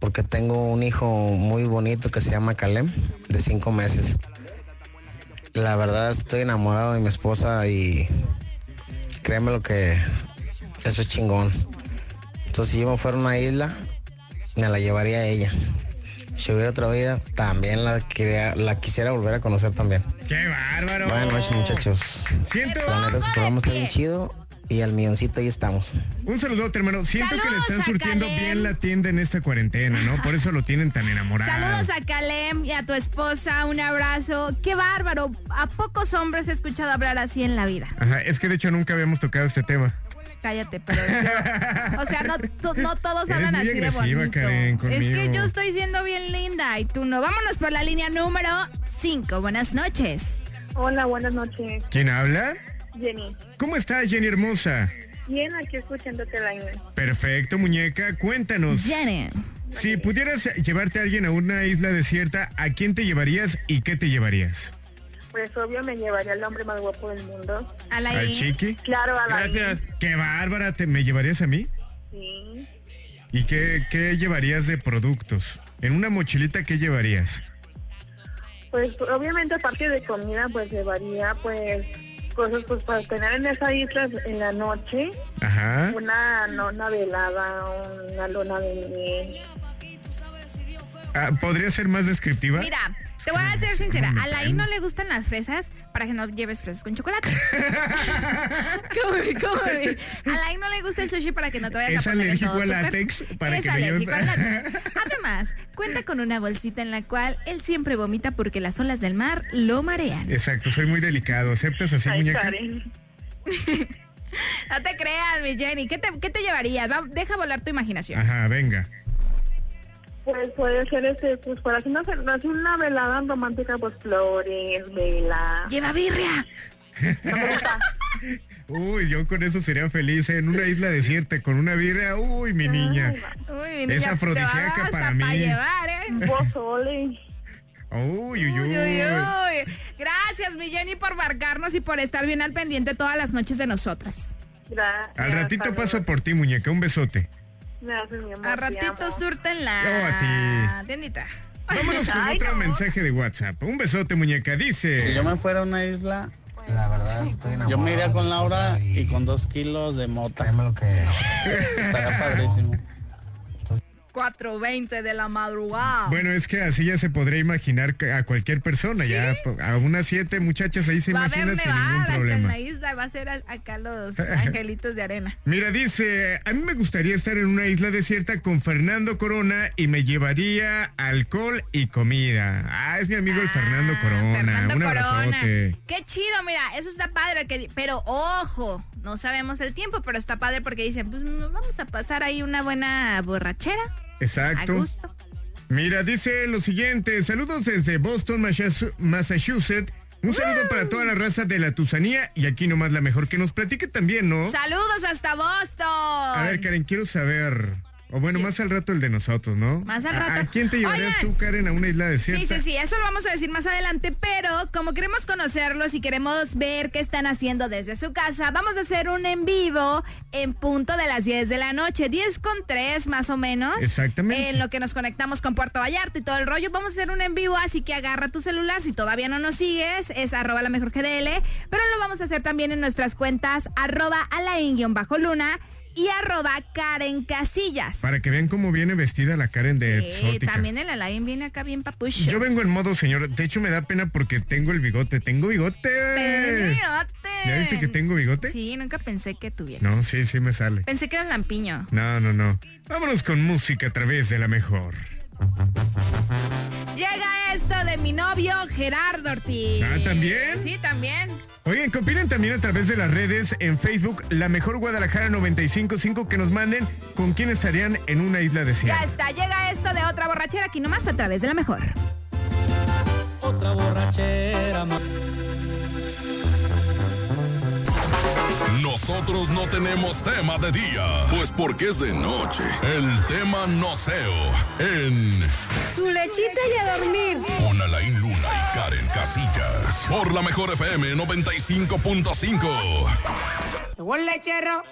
S10: porque tengo un hijo muy bonito que se llama Kalem, de cinco meses. La verdad estoy enamorado de mi esposa y créeme lo que eso es chingón. Entonces si yo me fuera a una isla, me la llevaría a ella. Si hubiera otra vida, también la, quería- la quisiera volver a conocer también.
S4: ¡Qué bárbaro!
S10: Buenas noches, muchachos.
S4: Siento-
S10: La neta, su programa está bien chido y al milloncito ahí estamos.
S4: Un saludote, hermano. Siento que le
S7: Saludos
S4: están
S7: a
S4: surtiendo
S7: Kalem.
S4: bien la tienda en esta cuarentena, ¿no? Por eso lo tienen tan enamorado.
S7: Saludos a Kalem y a tu esposa, un abrazo. Qué bárbaro, a pocos hombres he escuchado hablar así en la vida.
S4: Ajá, es que de hecho nunca habíamos tocado este tema.
S7: Cállate, pero yo- o sea, no, to- no todos
S4: Eres
S7: hablan
S4: muy
S7: así de
S4: agresiva,
S7: bonito.
S4: Karen,
S7: es que
S4: conmigo.
S7: yo estoy siendo bien linda y tú no. Vámonos por la línea número 5. Buenas noches.
S2: Hola, buenas noches,
S4: ¿Quién habla?
S2: Jenny.
S4: ¿Cómo estás, Jenny hermosa?
S2: Bien, aquí escuchándote la Inés.
S4: Perfecto, muñeca. Cuéntanos.
S7: Jenny.
S4: Si pudieras llevarte a alguien a una isla desierta, ¿a quién te llevarías y qué te llevarías?
S2: Pues obvio me llevaría al hombre más guapo del mundo.
S4: ¿Al chiqui?
S2: Claro, a la
S4: Gracias. Qué bárbara, ¿te me llevarías a mí?
S2: Sí.
S4: ¿Y qué, qué llevarías de productos? En una mochilita, ¿qué llevarías?
S2: Pues obviamente aparte de comida, pues llevaría pues cosas pues para tener en esa isla en la noche.
S4: Ajá.
S2: Una, no, una velada, una lona de miel.
S4: Ah, ¿Podría ser más descriptiva?
S7: Mira, te voy a ser sincera.
S4: Ay,
S7: A la I no le gustan las fresas para que no lleves fresas con chocolate. ¿Cómo, cómo? A la I no le gusta el sushi para que no te vayas
S4: Es
S7: a poner en
S4: alérgico
S7: todo
S4: al
S7: tu cuerpo.
S4: látex para
S7: es
S4: que no
S7: alérgico
S4: lleves-
S7: al látex. Además, cuenta con una bolsita en la cual él siempre vomita porque las olas del mar lo marean.
S4: Exacto, soy muy delicado. ¿Aceptas así,
S7: Ay,
S4: muñeca?
S7: Karen. No te creas, mi Jenny. ¿Qué te, qué te llevarías? Va, deja volar tu imaginación.
S4: Ajá, venga.
S2: Pues puede ser este, pues para hacer una, hacer una velada romántica, pues flores, vela.
S7: Lleva birria.
S4: Uy, yo con eso sería feliz, ¿eh? en una isla desierta, con una birra. Uy, mi niña.
S7: Uy,
S4: mi Es niña, te va a dar Ah, afrodisíaca hasta para mí. pa' llevar,
S2: Pozole.
S4: Uy, uy,
S7: ¿eh? Uy, uy,
S4: uy.
S7: uy. Gracias, mi Jenny, por marcarnos y por estar bien al pendiente todas las noches de nosotras.
S4: Al ratito paso por ti, muñeca. Un besote.
S7: A ratitos
S4: Yo
S7: surtenla.
S4: a
S7: Tiendita.
S4: Vámonos con otro mensaje de WhatsApp. Un besote, muñeca. Dice.
S14: Si yo me fuera a una isla, la verdad, yo me iría con Laura y con dos kilos de mota. Estaría padrísimo.
S7: 4.20 de la madrugada.
S4: Bueno, es que así ya se podría imaginar ca- a cualquier persona. Ya po- a unas siete muchachas ahí se
S7: va a haber
S4: imaginan sin ningún
S7: nevadas en
S4: problema.
S7: la isla. Va a ser a- acá los angelitos de arena.
S4: Mira, dice, a mí me gustaría estar en una isla desierta con Fernando Corona y me llevaría alcohol y comida. Ah, es mi amigo el Fernando Corona.
S7: Fernando
S4: un
S7: Corona.
S4: abrazote.
S7: Qué chido, mira, eso está padre. que- pero ojo, no sabemos el tiempo, pero está padre porque dicen, pues nos vamos a pasar ahí una buena borrachera.
S4: Exacto.
S7: A gusto.
S4: Mira, dice lo siguiente, saludos desde Boston, Massachu- Massachusetts. Un saludo para toda la raza de la Tusanía y aquí nomás la mejor que nos platique también, ¿no?
S7: Saludos hasta Boston.
S4: A ver, Karen, quiero saber. O bueno, más al rato el de nosotros, ¿no?
S7: Más al
S4: ¿A-
S7: rato.
S4: ¿A, quién te llevarías
S7: Oigan.
S4: tú, Karen, a una isla desierta?
S7: Sí, sí, sí, eso lo vamos a decir más adelante, pero como queremos conocerlos y queremos ver qué están haciendo desde su casa, vamos a hacer un en vivo en punto de las 10 de la noche, 10 con 3 más o menos.
S4: Exactamente.
S7: En lo que nos conectamos con Puerto Vallarta y todo el rollo, vamos a hacer un en vivo, así que agarra tu celular, si todavía no nos sigues, es arroba la mejor GDL, pero lo vamos a hacer también en nuestras cuentas arroba alain-luna y arroba Karen Casillas.
S4: Para que vean cómo viene vestida la Karen de
S7: Sí,
S4: exótica.
S7: también el Alain viene acá bien papucho.
S4: Yo vengo en modo señor. De hecho, me da pena porque tengo el bigote. Tengo bigote.
S7: Peyote.
S4: ¿Ya viste que tengo bigote?
S7: Sí, nunca pensé que tuvieras.
S4: No, sí, sí me sale.
S7: Pensé que eras lampiño.
S4: No, no, no. Vámonos con música a través de la mejor.
S7: Llega esto de mi novio Gerardo Ortiz.
S4: Ah, ¿también?
S7: Sí, también.
S4: Oigan, que opinen también a través de las redes en Facebook La Mejor Guadalajara 955 que nos manden con quién estarían en una isla
S7: Ya
S4: desierta.
S7: está, llega esto de otra borrachera aquí nomás a través de la mejor.
S11: Otra borrachera más.
S1: Los Nosotros no tenemos tema de día, pues porque es de noche. El tema no seo en
S7: Su lechita y a dormir.
S1: Con Alain Luna y Karen Casillas. Por la mejor FM 95.5.
S6: Llegó el lechero.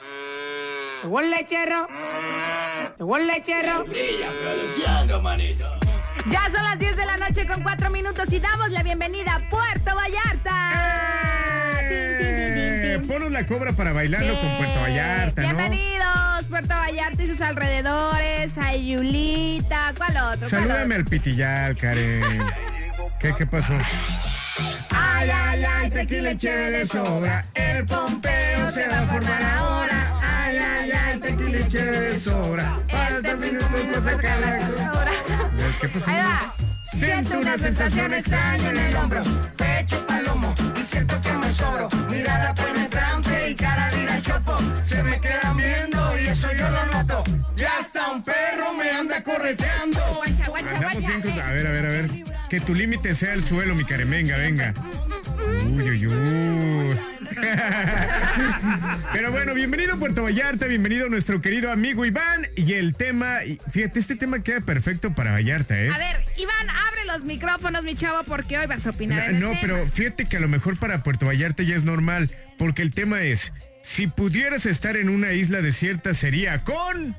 S6: Llegó el lechero. Llegó el lechero.
S7: Ya son las 10 de la noche con 4 minutos y damos la bienvenida a Puerto Vallarta. Tin, tin, tin, tin, tin.
S4: Eh, ponos la cobra para bailarlo
S7: Sí.
S4: Ah. con Puerto Vallarta, ¿no?
S7: Bienvenidos, Puerto Vallarta y sus alrededores, a Yulita, ¿cuál otro? ¿Cuál
S4: Salúdame al pitillar, Karen. ¿Qué, qué pasó?
S7: otro? Ay, ay, ay, tequila y chévere de sobra.
S4: El pompeo se va a formar ahora. Este Ay, ay, ay, tequila y chévere de sobra. Falta minutos para sacar la
S7: Ahora.
S4: ¿Qué pasó?
S7: Ahí va.
S4: Siento una sensación extraña en el hombro.
S11: Pecho palomo y siento que me sobro. Mirada penetrante y cara de chopo. Se me quedan viendo y eso yo lo noto. Ya hasta un perro me anda correteando.
S7: Guacha, guacha,
S4: Andamos bien con-
S7: guacha.
S4: A ver, a ver, a ver. Que tu límite sea el suelo, mi Karen. Venga, venga. Uy, uy, uy. Pero bueno, bienvenido a Puerto Vallarta, bienvenido a nuestro querido amigo Iván. Y el tema, y fíjate, este tema queda perfecto para Vallarta, ¿eh?
S7: A ver, Iván, abre los micrófonos, mi chavo, porque hoy vas a opinar. en
S4: No,
S7: el tema.
S4: pero fíjate que a lo mejor para Puerto Vallarta ya es normal, porque el tema es, si pudieras estar en una isla desierta sería con...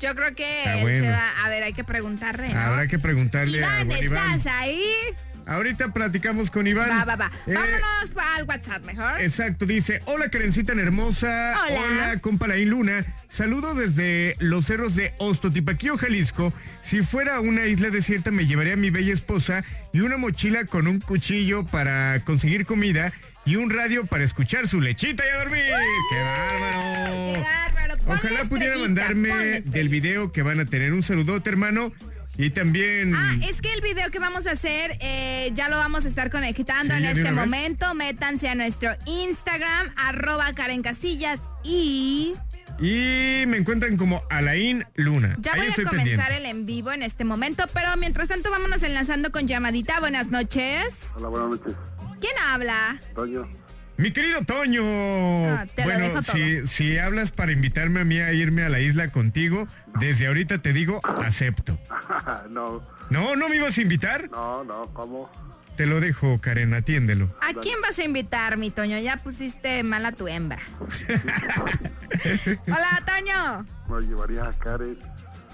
S7: Yo creo que
S4: Ah,
S7: él
S4: bueno.
S7: se va. A ver, hay que preguntarle. ¿no?
S4: Habrá que preguntarle a
S7: Iván,
S4: buen Iván.
S7: ¿estás ahí?
S4: Ahorita platicamos con Iván.
S7: Va, va, va.
S4: Eh,
S7: Vámonos pa- al WhatsApp mejor.
S4: Exacto, dice, hola Karencita tan hermosa,
S7: Hola.
S4: compa Laín Luna, saludo desde los cerros de Ostotipaquillo, Jalisco. Si fuera a una isla desierta me llevaría a mi bella esposa y una mochila con un cuchillo para conseguir comida y un radio para escuchar su lechita y a dormir. ¡Qué bárbaro!
S7: Qué bárbaro. este Ponle
S4: Ojalá pudiera
S7: estrellita, ponle
S4: mandarme
S7: estrellita.
S4: del video que van a tener un saludote hermano y también...
S7: Ah, es que el video que vamos a hacer eh, ya lo vamos a estar conectando
S4: Sí, ya
S7: en
S4: de
S7: este
S4: una vez.
S7: momento. Métanse a nuestro Instagram, arroba Karen Casillas y
S4: Y me encuentran como Alain Luna.
S7: ya
S4: Ahí
S7: voy a
S4: estoy
S7: comenzar
S4: pendiente.
S7: el en vivo en este momento. Pero mientras tanto, vámonos enlazando con llamadita. Buenas noches.
S15: Hola, buenas noches.
S7: ¿Quién habla?
S15: Toño.
S4: Mi querido Toño,
S7: Ah, te lo
S4: bueno,
S7: dejo todo.
S4: si, si hablas para invitarme a mí a irme a la isla contigo, desde ahorita te digo, acepto.
S15: no,
S4: No, no me ibas a invitar.
S15: no, no, ¿cómo?
S4: Te lo dejo, Karen, atiéndelo.
S7: ¿A quién vas a invitar, mi Toño? Ya pusiste mal a tu hembra. Hola, Toño.
S15: Me llevarías a Karen.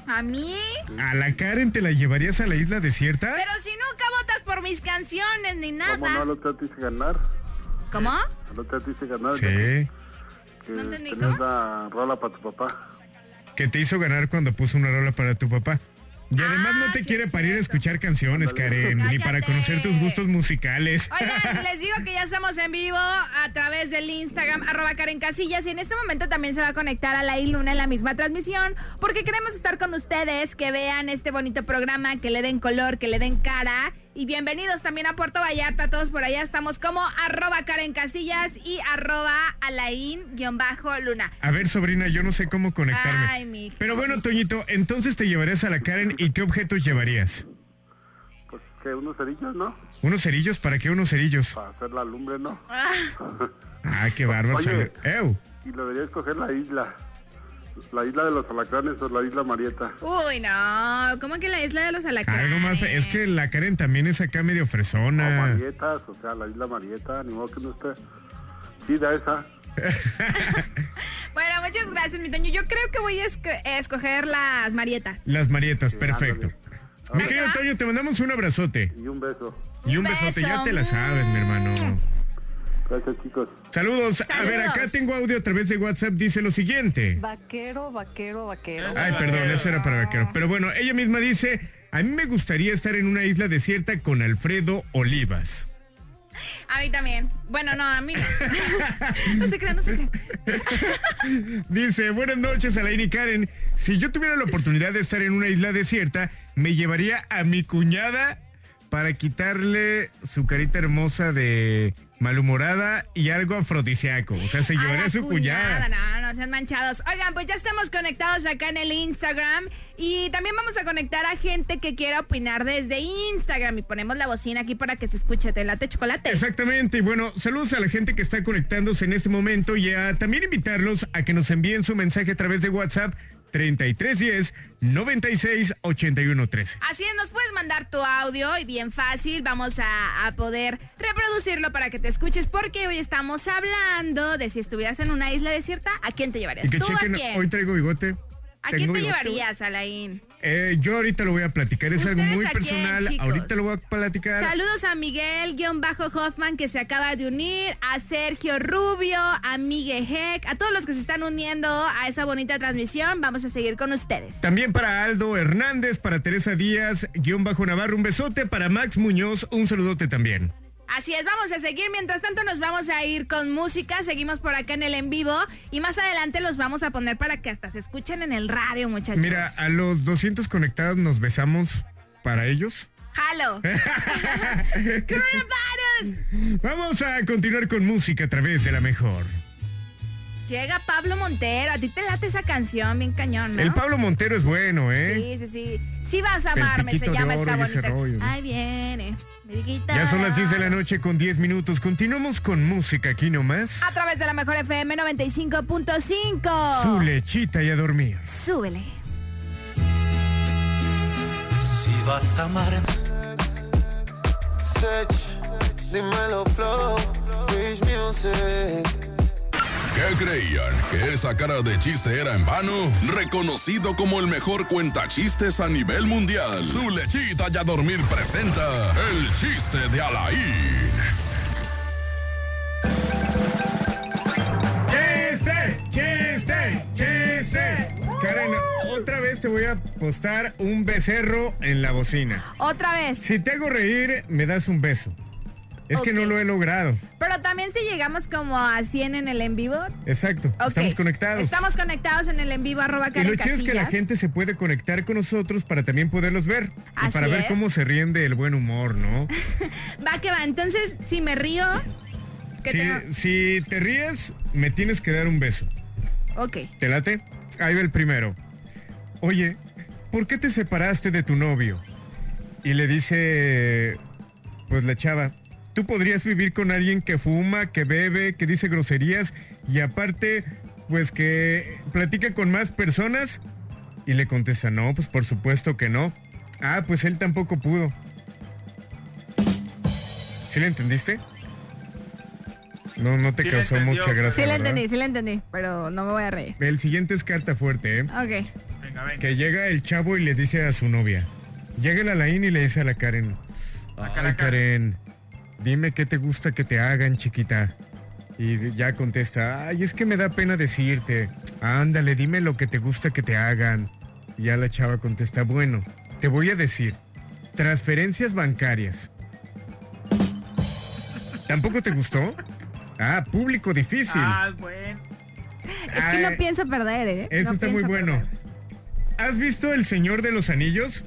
S7: ¿A mí?
S4: ¿A la Karen te la llevarías a la isla desierta?
S7: Pero si nunca votas por mis canciones ni
S15: ¿Cómo no
S7: nada.
S15: lo trataste de ganar?
S7: ¿Cómo?
S15: ¿No trataste de ganar?
S4: Sí.
S15: Que
S7: No entendí,
S15: tenías
S7: ¿cómo?
S15: la rola para tu papá.
S4: Que te hizo ganar cuando puso una rola para tu papá. Y además no te quiere para ir a escuchar canciones, Karen, ni para
S7: Ah, Cállate.
S4: conocer tus gustos musicales.
S7: Oigan, les digo que ya estamos en vivo a través del Instagram, arroba Karen Casillas. Y en este momento también se va a conectar a la Luna en la misma transmisión, porque queremos estar con ustedes, que vean este bonito programa, que le den color, que le den cara. Y bienvenidos también a Puerto Vallarta, todos por allá estamos como arroba Karen Casillas y arroba Alain-Luna.
S4: A ver, sobrina, yo no sé cómo conectarme.
S7: Ay, mi hijo.
S4: Pero bueno, Toñito, entonces te llevarías a la Karen y qué objetos llevarías?
S15: Pues que unos cerillos, ¿no?
S4: ¿Unos cerillos? ¿Para qué unos cerillos?
S15: Para hacer la lumbre, ¿no?
S4: Ah, qué bárbaro.
S15: Oye.
S4: sale- ¡Ew!
S15: Y lo debería escoger la isla. La isla de los alacranes o la isla Marieta.
S7: Uy, no, ¿cómo que la isla de los alacranes?
S4: Algo más. Es que la Karen también es acá medio
S15: O
S4: fresona.
S15: Marietas, o sea, la isla Marieta, ni modo que no esté. Sí, da esa.
S7: Bueno, muchas gracias, mi Toño. Yo creo que voy a esco- escoger las marietas.
S4: Las marietas, perfecto. Mi querido
S7: Oiga.
S4: Toño, te mandamos un abrazote.
S15: Y un beso.
S4: Y un
S7: Un
S4: besote, ya
S7: beso.
S4: te la sabes, mi hermano.
S15: Gracias, chicos.
S4: Saludos. A ver, acá
S16: Saludos.
S4: tengo audio a través de WhatsApp. Dice lo siguiente.
S16: Vaquero, vaquero, vaquero.
S4: Ay, perdón, eso era para vaquero. Pero bueno, ella misma dice, a mí me gustaría estar en una isla desierta con Alfredo Olivas.
S7: A mí también. Bueno, no, a mí no. no se crean, no se crean.
S4: Dice, buenas noches Alain y Karen. Si yo tuviera la oportunidad de estar en una isla desierta, me llevaría a mi cuñada para quitarle su carita hermosa de malhumorada y algo afrodisíaco. O sea, se
S7: A
S4: llevaría
S7: la
S4: a su cuñada.
S7: No, no sean manchados. Oigan, pues ya estamos conectados acá en el Instagram y también vamos a conectar a gente que quiera opinar desde Instagram y ponemos la bocina aquí para que se escuche. Te late chocolate.
S4: Exactamente, y bueno, saludos a la gente que está conectándose en este momento y a también invitarlos a que nos envíen su mensaje a través de WhatsApp 3310 96 81 13.
S7: Así es, nos puedes mandar tu audio y bien fácil, vamos a, a poder reproducirlo para que te escuches porque hoy estamos hablando de si estuvieras en una isla desierta, ¿a quién te llevarías?
S4: Y que
S7: ¿Tú
S4: chequen,
S7: a quién?
S4: hoy traigo bigote.
S7: ¿A
S4: tengo
S7: quién
S4: bigote.
S7: te llevarías, Alain?
S4: Eh, yo ahorita lo voy a platicar, es algo
S7: ¿Ustedes
S4: muy
S7: a quién,
S4: personal.
S7: chicos?
S4: ahorita lo voy a platicar.
S7: Saludos a Miguel-Hoffman que se acaba de unir, a Sergio Rubio, a Miguel Heck, a todos los que se están uniendo a esa bonita transmisión. Vamos a seguir con ustedes.
S4: También para Aldo Hernández, para Teresa Díaz, guión bajo Navarro, un besote. Para Max Muñoz, un saludote también.
S7: Así es, vamos a seguir. Mientras tanto, nos vamos a ir con música. Seguimos por acá en el en vivo y más adelante los vamos a poner para que hasta se escuchen en el radio, muchachos.
S4: Mira, a los 200 conectados nos besamos para ellos.
S7: Halo. Coronavirus.
S4: Vamos a continuar con música a través de la mejor.
S7: Llega Pablo Montero. A ti te late esa canción, bien cañón, ¿no?
S4: El Pablo Montero es bueno, ¿eh?
S7: Sí, sí, sí. Sí vas a
S4: El
S7: amarme, se
S4: piquito de
S7: llama
S4: oro
S7: esta
S4: y ese
S7: bonita.
S4: rollo, ¿no?
S7: Ahí viene. mi guitarra.
S4: Ya son las 10 de la noche con 10 minutos. Continuamos con música aquí nomás.
S7: A través de la mejor FM 95.5.
S4: Su lechita y a dormir.
S7: Súbele.
S17: Si vas a amar. Sech, dímelo, Flow, Rich Music.
S1: ¿Qué creían? ¿Que esa cara de chiste era en vano? Reconocido como el mejor cuentachistes a nivel mundial. Su lechita ya dormir presenta el chiste de Alain.
S4: ¡Chiste! ¡Chiste! ¡Chiste! Karen, otra vez te voy a postar un becerro en la bocina.
S7: Otra vez.
S4: Si te hago reír, me das un beso. Es que no lo he logrado.
S7: Pero también si llegamos como a 100 en el en vivo.
S4: Exacto.
S7: ok.
S4: Estamos conectados.
S7: Estamos conectados en el en vivo arroba
S4: y
S7: Karen
S4: lo chido es que la
S7: Casillas.
S4: gente se puede conectar con nosotros para también poderlos ver. y
S7: Así
S4: para ver
S7: es.
S4: cómo se ríen del buen humor, ¿no?
S7: Va que va. Entonces, si me río. Que
S4: Si,
S7: tengo-
S4: si te ríes, me tienes que dar un beso.
S7: Ok.
S4: ¿Te late? Ahí va el primero. Oye, ¿por qué te separaste de tu novio? Y le dice, pues la chava, tú podrías vivir con alguien que fuma, que bebe, que dice groserías y aparte, pues que platica con más personas. Y le contesta, no, pues por supuesto que no. Ah, pues él tampoco pudo. ¿Sí le entendiste? No, no te
S7: Sí le
S4: causó
S7: entendió,
S4: mucha gracia.
S7: Sí la
S4: ¿verdad?
S7: entendí, sí la entendí. Pero no me voy a reír.
S4: El siguiente es carta fuerte, ¿eh?
S7: Ok.
S4: Que llega el chavo y le dice a su novia. Llega el Alain y le dice a la Karen. Ay, Karen, dime qué te gusta que te hagan, chiquita. Y ya contesta, ay, es que me da pena decirte. Ándale, dime lo que te gusta que te hagan. Y ya la chava contesta, bueno, te voy a decir, transferencias bancarias. ¿Tampoco te gustó? Ah, público difícil.
S12: Ah, bueno.
S7: Es que
S4: Ay,
S7: no pienso perder, ¿eh?
S4: Ah, eso
S7: No
S4: está muy
S7: pienso
S4: bueno. ¿Has visto El Señor de los Anillos?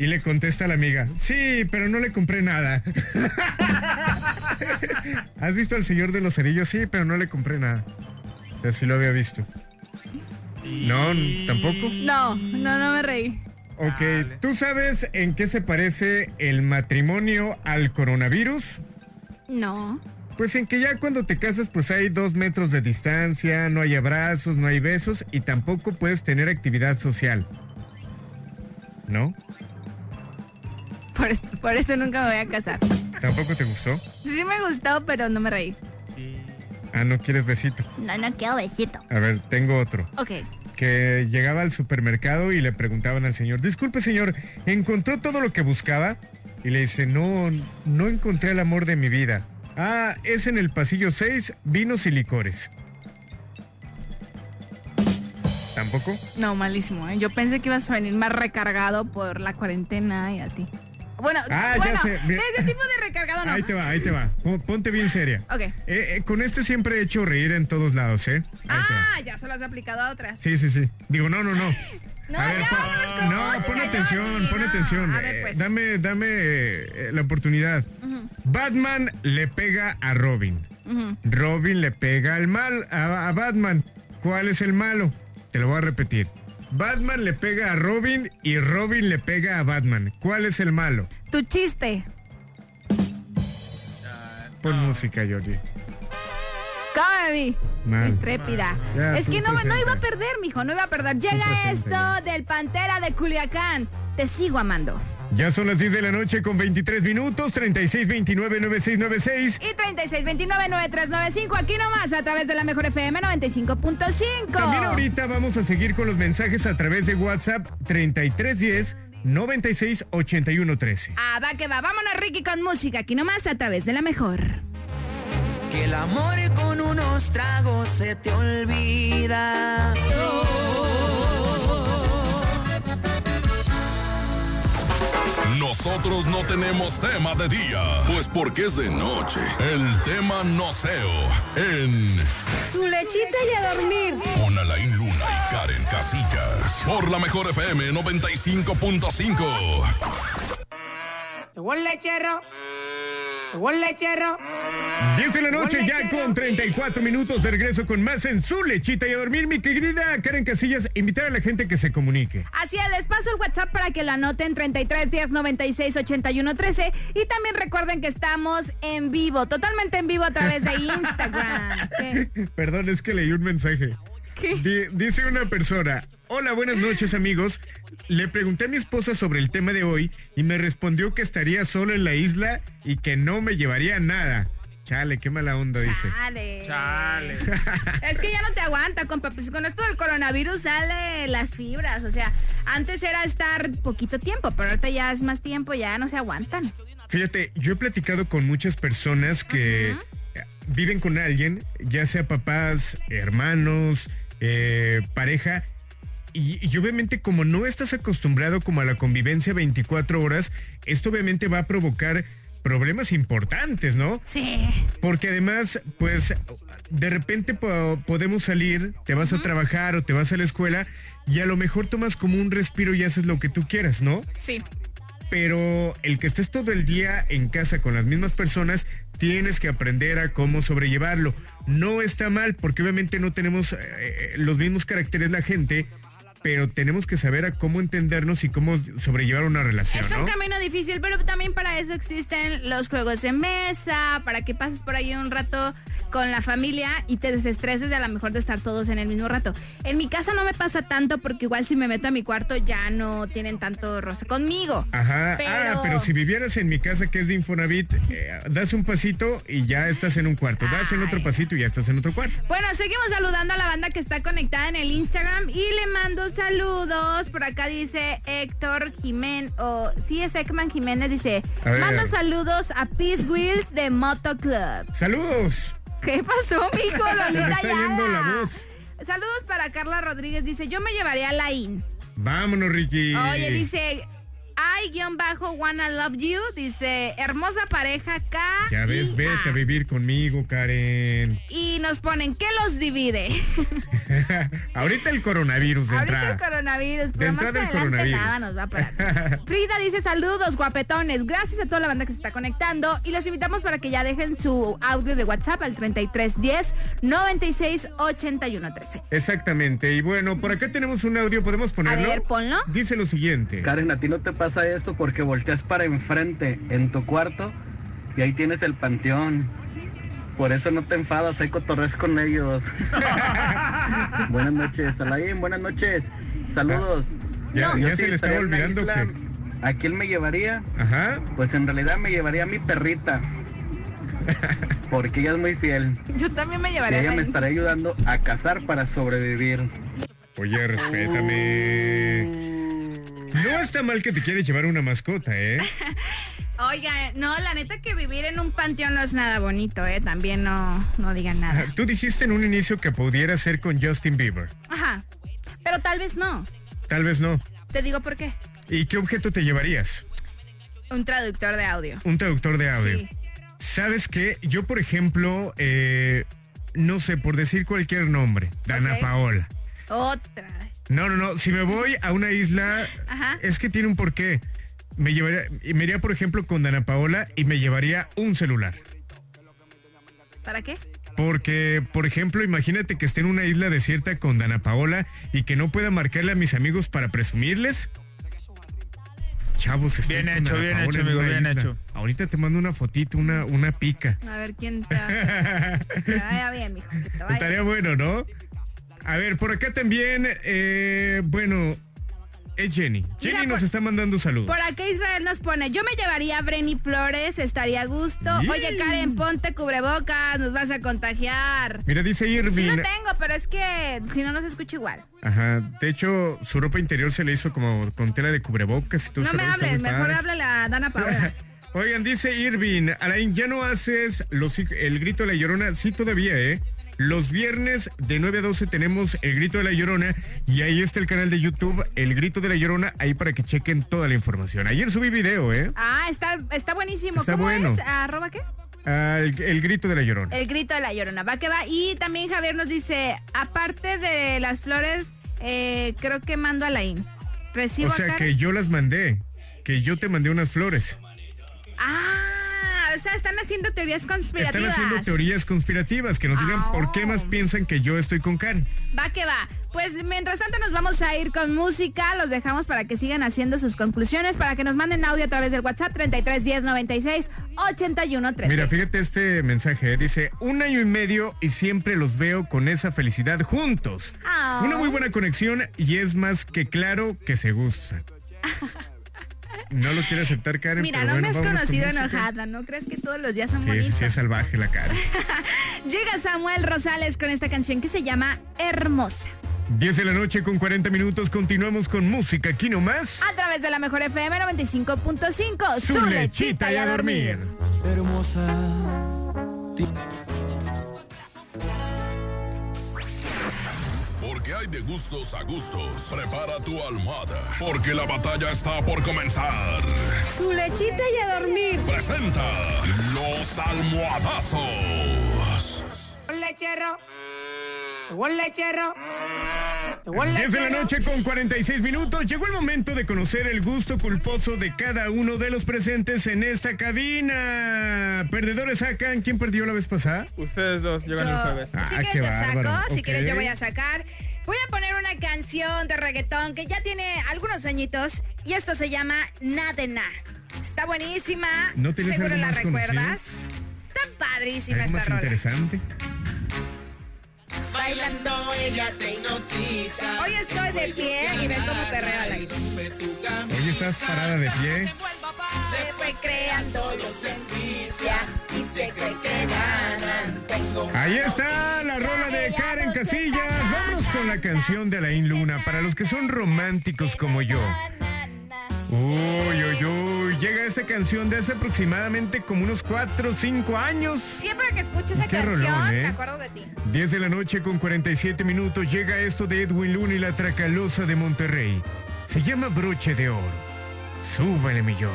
S4: Y le contesta la amiga, sí, pero no le compré nada. ¿Has visto El Señor de los Anillos? Sí, pero no le compré nada. Pero sí lo había visto. No, n- tampoco.
S7: perder. No, no, no me reí.
S4: Ok, ¿tú sabes en qué se parece el matrimonio al coronavirus?
S7: No.
S4: Pues en que ya cuando te casas pues hay dos metros de distancia, no hay abrazos, no hay besos y tampoco puedes tener actividad social. ¿No?
S7: Por, es- por eso nunca me voy a casar.
S4: ¿Tampoco te gustó?
S7: Sí me gustó, pero no me reí.
S4: Ah, no quieres besito.
S7: No, no quiero besito.
S4: A ver, tengo otro.
S7: Ok.
S4: Que llegaba al supermercado y le preguntaban al señor, disculpe señor, ¿encontró todo lo que buscaba? Y le dice, no, no encontré el amor de mi vida. Ah, es en el pasillo 6, vinos y licores. ¿Tampoco?
S7: No, malísimo, ¿eh? Yo pensé que ibas a venir más recargado por la cuarentena y así. Bueno,
S4: Ah, ya
S7: bueno eh,
S4: sé, mira.
S7: de ese tipo de recargado no.
S4: Ahí te va, ahí te va. Pon- Ponte bien seria.
S7: Ok.
S4: Eh, eh, con este siempre he hecho reír en todos lados, ¿eh? Ahí te va.
S7: Ah, ya se lo has aplicado a otras.
S4: Sí, sí, sí. Digo, no, no, no.
S7: No,
S4: A ver,
S7: ya
S4: pon-
S7: vámonos con
S4: no,
S7: música,
S4: pon
S7: ya,
S4: atención,
S7: Dani,
S4: pon
S7: no.
S4: atención.
S7: A ver,
S4: Eh,
S7: pues.
S4: dame dame eh, la oportunidad.
S7: Ujú,
S4: Batman le pega a Robin.
S7: ujú.
S4: Robin le pega al mal a, a Batman. ¿Cuál es el malo? Te lo voy a repetir. Batman le pega a Robin y Robin le pega a Batman. ¿Cuál es el malo?
S7: Tu chiste.
S4: Pon
S7: Ah.
S4: música, Jordi.
S7: Come,
S4: Mal.
S7: Trépida.
S4: Ya,
S7: es
S4: tú
S7: que no, no
S4: presenta.
S7: iba a perder, mijo, no iba a perder. Llega
S4: presenta, ya.
S7: esto del Pantera de Culiacán. Te sigo amando.
S4: Ya son las 10 de la noche con 23 minutos, 36299696.
S7: Y 3629-9395, aquí nomás, a través de la mejor FM 95.5.
S4: También ahorita vamos a seguir con los mensajes a través de WhatsApp 3310 968113.
S7: Ah, va que va. Vámonos, Ricky, con música, aquí nomás, a través de la mejor.
S18: Que el amor con unos tragos se te olvida.
S1: Nosotros no tenemos tema de día, pues porque es de noche. El tema no seo en
S7: Su lechita y a dormir.
S1: con Alain Luna y Karen Casillas por la mejor FM 95.5.
S6: Llegó el lechero. Llegó el lechero.
S4: 10 de la noche ya con 34 minutos de regreso con más en su lechita y a dormir, mi querida Karen Casillas, invitar a la gente que se comunique.
S7: Así es, les paso el WhatsApp para que lo anoten 33 10 96 81 13 y también recuerden que estamos en vivo, totalmente en vivo a través de Instagram. ¿Qué?
S4: Perdón, es que leí un mensaje. Di- dice una persona, hola, buenas noches amigos. Le pregunté a mi esposa sobre el tema de hoy y me respondió que estaría solo en la isla y que no me llevaría nada. Chale, qué mala onda, dice.
S7: Chale. Es que ya no te aguanta, compa. Pues con esto del coronavirus sale las fibras. O sea, antes era estar poquito tiempo, pero ahorita ya es más tiempo, ya no se aguantan.
S4: Fíjate, yo he platicado con muchas personas que eh, viven con alguien, ya sea papás, hermanos, eh, pareja, y, y obviamente como no estás acostumbrado como a la convivencia 24 horas, esto obviamente va a provocar problemas importantes, ¿no?
S7: Sí.
S4: Porque además, pues, de repente po- podemos salir, te vas a trabajar o te vas a la escuela y a lo mejor tomas como un respiro y haces lo que tú quieras, ¿no?
S7: Sí.
S4: pero el que estés todo el día en casa con las mismas personas, tienes que aprender a cómo sobrellevarlo. No está mal, porque obviamente no tenemos eh, los mismos caracteres la gente, pero tenemos que saber a cómo entendernos y cómo sobrellevar una relación,
S7: Es un
S4: ¿no?
S7: camino difícil, pero también para eso existen los juegos de mesa, para que pases por ahí un rato con la familia y te desestreses de a lo mejor de estar todos en el mismo rato. En mi caso no me pasa tanto porque igual si me meto a mi cuarto ya no tienen tanto roce conmigo.
S4: Ajá,
S7: Pero-
S4: ah, pero si vivieras en mi casa que es de Infonavit, eh, das un pasito y ya estás en un cuarto, das en otro pasito y ya estás en otro cuarto.
S7: Bueno, seguimos saludando a la banda que está conectada en el Instagram y le mando saludos. Por acá dice Héctor Jiménez, o sí es Ekman Jiménez, dice,
S4: A ver.
S7: mando saludos a Peace Wheels de Moto Club.
S4: ¡Saludos!
S7: ¿Qué pasó, mijo?
S4: Me
S7: Lolita
S4: está
S7: Ayala.
S4: yendo la voz.
S7: Saludos para Carla Rodríguez, dice, yo me llevaría a la IN.
S4: Vámonos, Ricky.
S7: Oye, dice, ay, guión bajo, wanna love you, dice, hermosa pareja K.
S4: Ya ves,
S7: ah.
S4: vete a vivir conmigo, Karen.
S7: Y nos ponen, ¿qué los divide?
S4: Ahorita el coronavirus de
S7: Ahorita
S4: entrada.
S7: el coronavirus,
S4: De
S7: pero más
S4: entrada el
S7: adelante
S4: coronavirus.
S7: nada nos va a parar. Frida dice saludos, guapetones. Gracias a toda la banda que se está conectando y los invitamos para que ya dejen su audio de WhatsApp al 3310 96 81 13.
S4: Exactamente. Y bueno, por acá tenemos un audio, podemos ponerlo.
S7: ver, ponlo.
S4: Dice lo siguiente.
S14: Karen, a ti no te pasa esto porque volteas para enfrente en tu cuarto y ahí tienes el panteón. Por eso no te enfadas, hay cotorres con ellos. buenas noches, Alain, buenas noches. Saludos.
S4: Ya-
S14: Yo
S4: ya
S14: sí
S4: se le estaba
S14: estaría en la
S4: olvidando
S14: isla.
S4: que-
S14: ¿A quién me llevaría?
S4: Ajá.
S14: Pues en realidad me llevaría a mi perrita. Porque ella es muy fiel.
S7: Yo también me
S14: Y
S7: llevaré
S14: ella
S7: a
S14: me
S7: la-
S14: estará ayudando a cazar para sobrevivir.
S4: Oye, respétame.
S14: Oh.
S4: No está mal que te quieres llevar una mascota, ¿eh?
S7: Oiga, no, la neta que vivir en un panteón no es nada bonito, ¿eh? También no, no digan nada.
S4: Tú dijiste en un inicio que pudiera ser con Justin Bieber.
S7: Ajá. Pero tal vez no.
S4: Tal vez no.
S7: Te digo por qué.
S4: ¿Y qué objeto te llevarías?
S7: Un traductor de audio.
S4: Un traductor de audio.
S7: Sí.
S4: ¿Sabes qué? Yo, por ejemplo, eh, no sé, por decir cualquier nombre, Dana
S7: Ok.
S4: Paola.
S7: Otra.
S4: No, no, no. Si me voy a una isla,
S7: Ajá.
S4: es que tiene un porqué. Me llevaría, me iría, por ejemplo, con Dana Paola y me llevaría un celular.
S7: ¿Para qué?
S4: Porque, por ejemplo, imagínate que esté en una isla desierta con Dana Paola y que no pueda marcarle a mis amigos para presumirles. Chavos, estoy
S12: Bien
S4: con
S12: hecho,
S4: Dana
S12: bien
S4: Paola
S12: hecho,
S4: en
S12: amigo,
S4: una
S12: bien
S4: isla.
S12: hecho.
S4: Ahorita te mando una fotito, una, una pica.
S7: A ver quién te hace. Que te vaya bien, mijo. Que te vaya.
S4: Estaría bueno, ¿no? A ver, por acá también, eh, bueno, es Jenny. Jenny
S7: Mira,
S4: nos
S7: por-
S4: está mandando saludos.
S7: Por acá Israel nos pone, yo me llevaría a Brenny Flores, estaría a gusto.
S4: Yee.
S7: Oye, Karen, ponte cubrebocas, nos vas a contagiar.
S4: Mira, dice Irving.
S7: Sí lo tengo, pero es que si no, no se escucha igual.
S4: Ajá, de hecho, su ropa interior se le hizo como con tela de cubrebocas y todo
S7: no
S4: ese
S7: me
S4: rollo, está
S7: hables,
S4: muy
S7: mejor
S4: padre.
S7: háblale a Dana Paola.
S4: Oigan, dice Irving, Alain, ya no haces los, hij- el grito de la llorona, sí todavía, ¿eh? Los viernes de 9 a 12 tenemos el grito de la llorona y ahí está el canal de YouTube, el grito de la llorona, ahí para que chequen toda la información. Ayer subí video, ¿eh?
S7: ah, está, está buenísimo.
S4: Está
S7: ¿Cómo
S4: bueno.
S7: es? ¿Arroba qué?
S4: Ah, el, el grito de la llorona.
S7: El grito de la llorona. Va que va. Y también Javier nos dice, aparte de las flores, eh, creo que mando a Laín. Recibo
S4: O
S7: a
S4: sea,
S7: Karen.
S4: que yo las mandé, que yo te mandé unas flores.
S7: Ah, o sea, están haciendo teorías
S4: Están
S7: conspirativas. Ah,
S4: haciendo teorías conspirativas que nos digan por qué más piensan que yo estoy con Karen.
S7: Va que va. Pues mientras tanto nos vamos a ir con música, los dejamos para que sigan haciendo sus conclusiones, para que nos manden audio a través del WhatsApp 33 10 96 81 13.
S4: Mira, fíjate este mensaje. eh, Dice, un año y medio y siempre los veo con esa felicidad juntos.
S7: Ah.
S4: Una muy buena conexión y es más que claro que se gusta. No lo quiere aceptar Karen.
S7: Mira,
S4: pero
S7: no me
S4: bueno,
S7: has
S4: vámonos con
S7: conocido
S4: música.
S7: enojada, ¿no crees que todos los días son
S4: Sí, sí,
S7: bonitos?
S4: sí, es salvaje la cara.
S7: Llega Samuel Rosales con esta canción que se llama Hermosa.
S4: 10 de la noche con 40 minutos. Continuamos con música aquí nomás.
S7: A través de la mejor FM 95.5,
S4: Su lechita y a dormir.
S17: Hermosa.
S1: Porque hay de gustos a gustos. Prepara tu almohada. Porque la batalla está por comenzar.
S5: Su lechita y a dormir.
S1: Presenta los almohadazos.
S6: Un lechero. Un lechero.
S4: 10
S6: Un
S4: de la
S6: lechero.
S4: noche con 46 minutos. Llegó el momento de conocer el gusto culposo de cada uno de los presentes en esta cabina. Perdedores sacan. ¿Quién perdió la vez pasada?
S12: Ustedes dos llegan el jueves.
S4: Ah,
S7: si
S4: qué
S7: quieres yo saco,
S4: bárbaro.
S7: si
S4: Ok.
S7: quieres yo voy a sacar. Voy a poner una canción de reggaetón que ya tiene algunos añitos y esto se llama Na de Na. Está buenísima.
S4: ¿No tienes
S7: Seguro
S4: algo
S7: la
S4: más
S7: recuerdas. Está padrísima
S4: Algo más
S7: esta rola.
S4: interesante.
S6: Bailando ella te hipnotiza.
S7: Hoy estoy de pie y ve cómo perrea la guitarra.
S4: Ella está parada de pie.
S6: Se fue creando los envicia y se cree que ganan. Tengo
S4: Ahí está la rola de Karen Casillas. Vámonos con la canción de Alain Luna. Para los que son románticos como yo. Uy, uy, uy. Llega esa canción de hace aproximadamente como unos 4 o 5 años.
S7: Siempre que escucho esa
S4: Qué
S7: canción,
S4: rolón, ¿eh?
S7: me acuerdo de ti.
S4: 10 de la noche con 47 minutos llega esto de Edwin Luna y la Tracalosa de Monterrey. Se llama Broche de Oro. Súbale, mi Yori.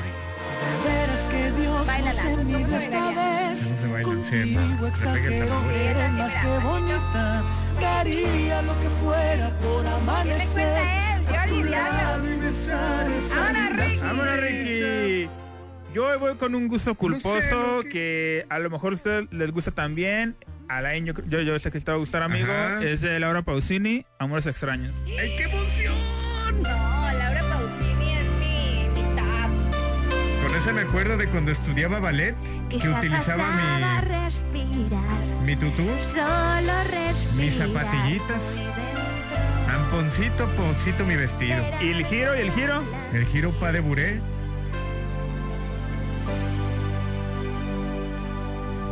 S17: Verás que Dios
S7: Báilala,
S17: nos
S7: ¿cómo se
S17: envidia esta
S7: bailaría?
S17: vez.
S4: No se baila, se-
S17: Conmigo
S4: se pega el
S17: exagero
S4: tambor.
S17: que eres más que bonita. Daría lo que fuera por amanecer.
S7: cuenta él?
S17: a tu
S7: Yo liviano.
S17: lado y besar esa
S7: Ahora,
S17: linda
S7: Ricky.
S12: Vámonos, Ricky. Yo voy con un gusto culposo
S4: Ricky.
S12: que a lo mejor a ustedes les gusta también. Alain, yo, yo, yo sé que te va a gustar, amigo.
S4: Ajá.
S12: Es de Laura Pausini, Amores Extraños.
S4: ¡Ay, qué emoción!
S7: No, Laura Pausini es mi, mi top.
S4: Con esa me acuerdo de cuando estudiaba ballet, que
S7: se
S4: utilizaba
S7: pasaba a
S4: mi,
S7: respirar,
S4: mi tutú,
S7: solo respirar.
S4: mis zapatillitas, amponcito, poncito mi vestido,
S12: Y el giro, y el giro.
S4: el giro pa de buré.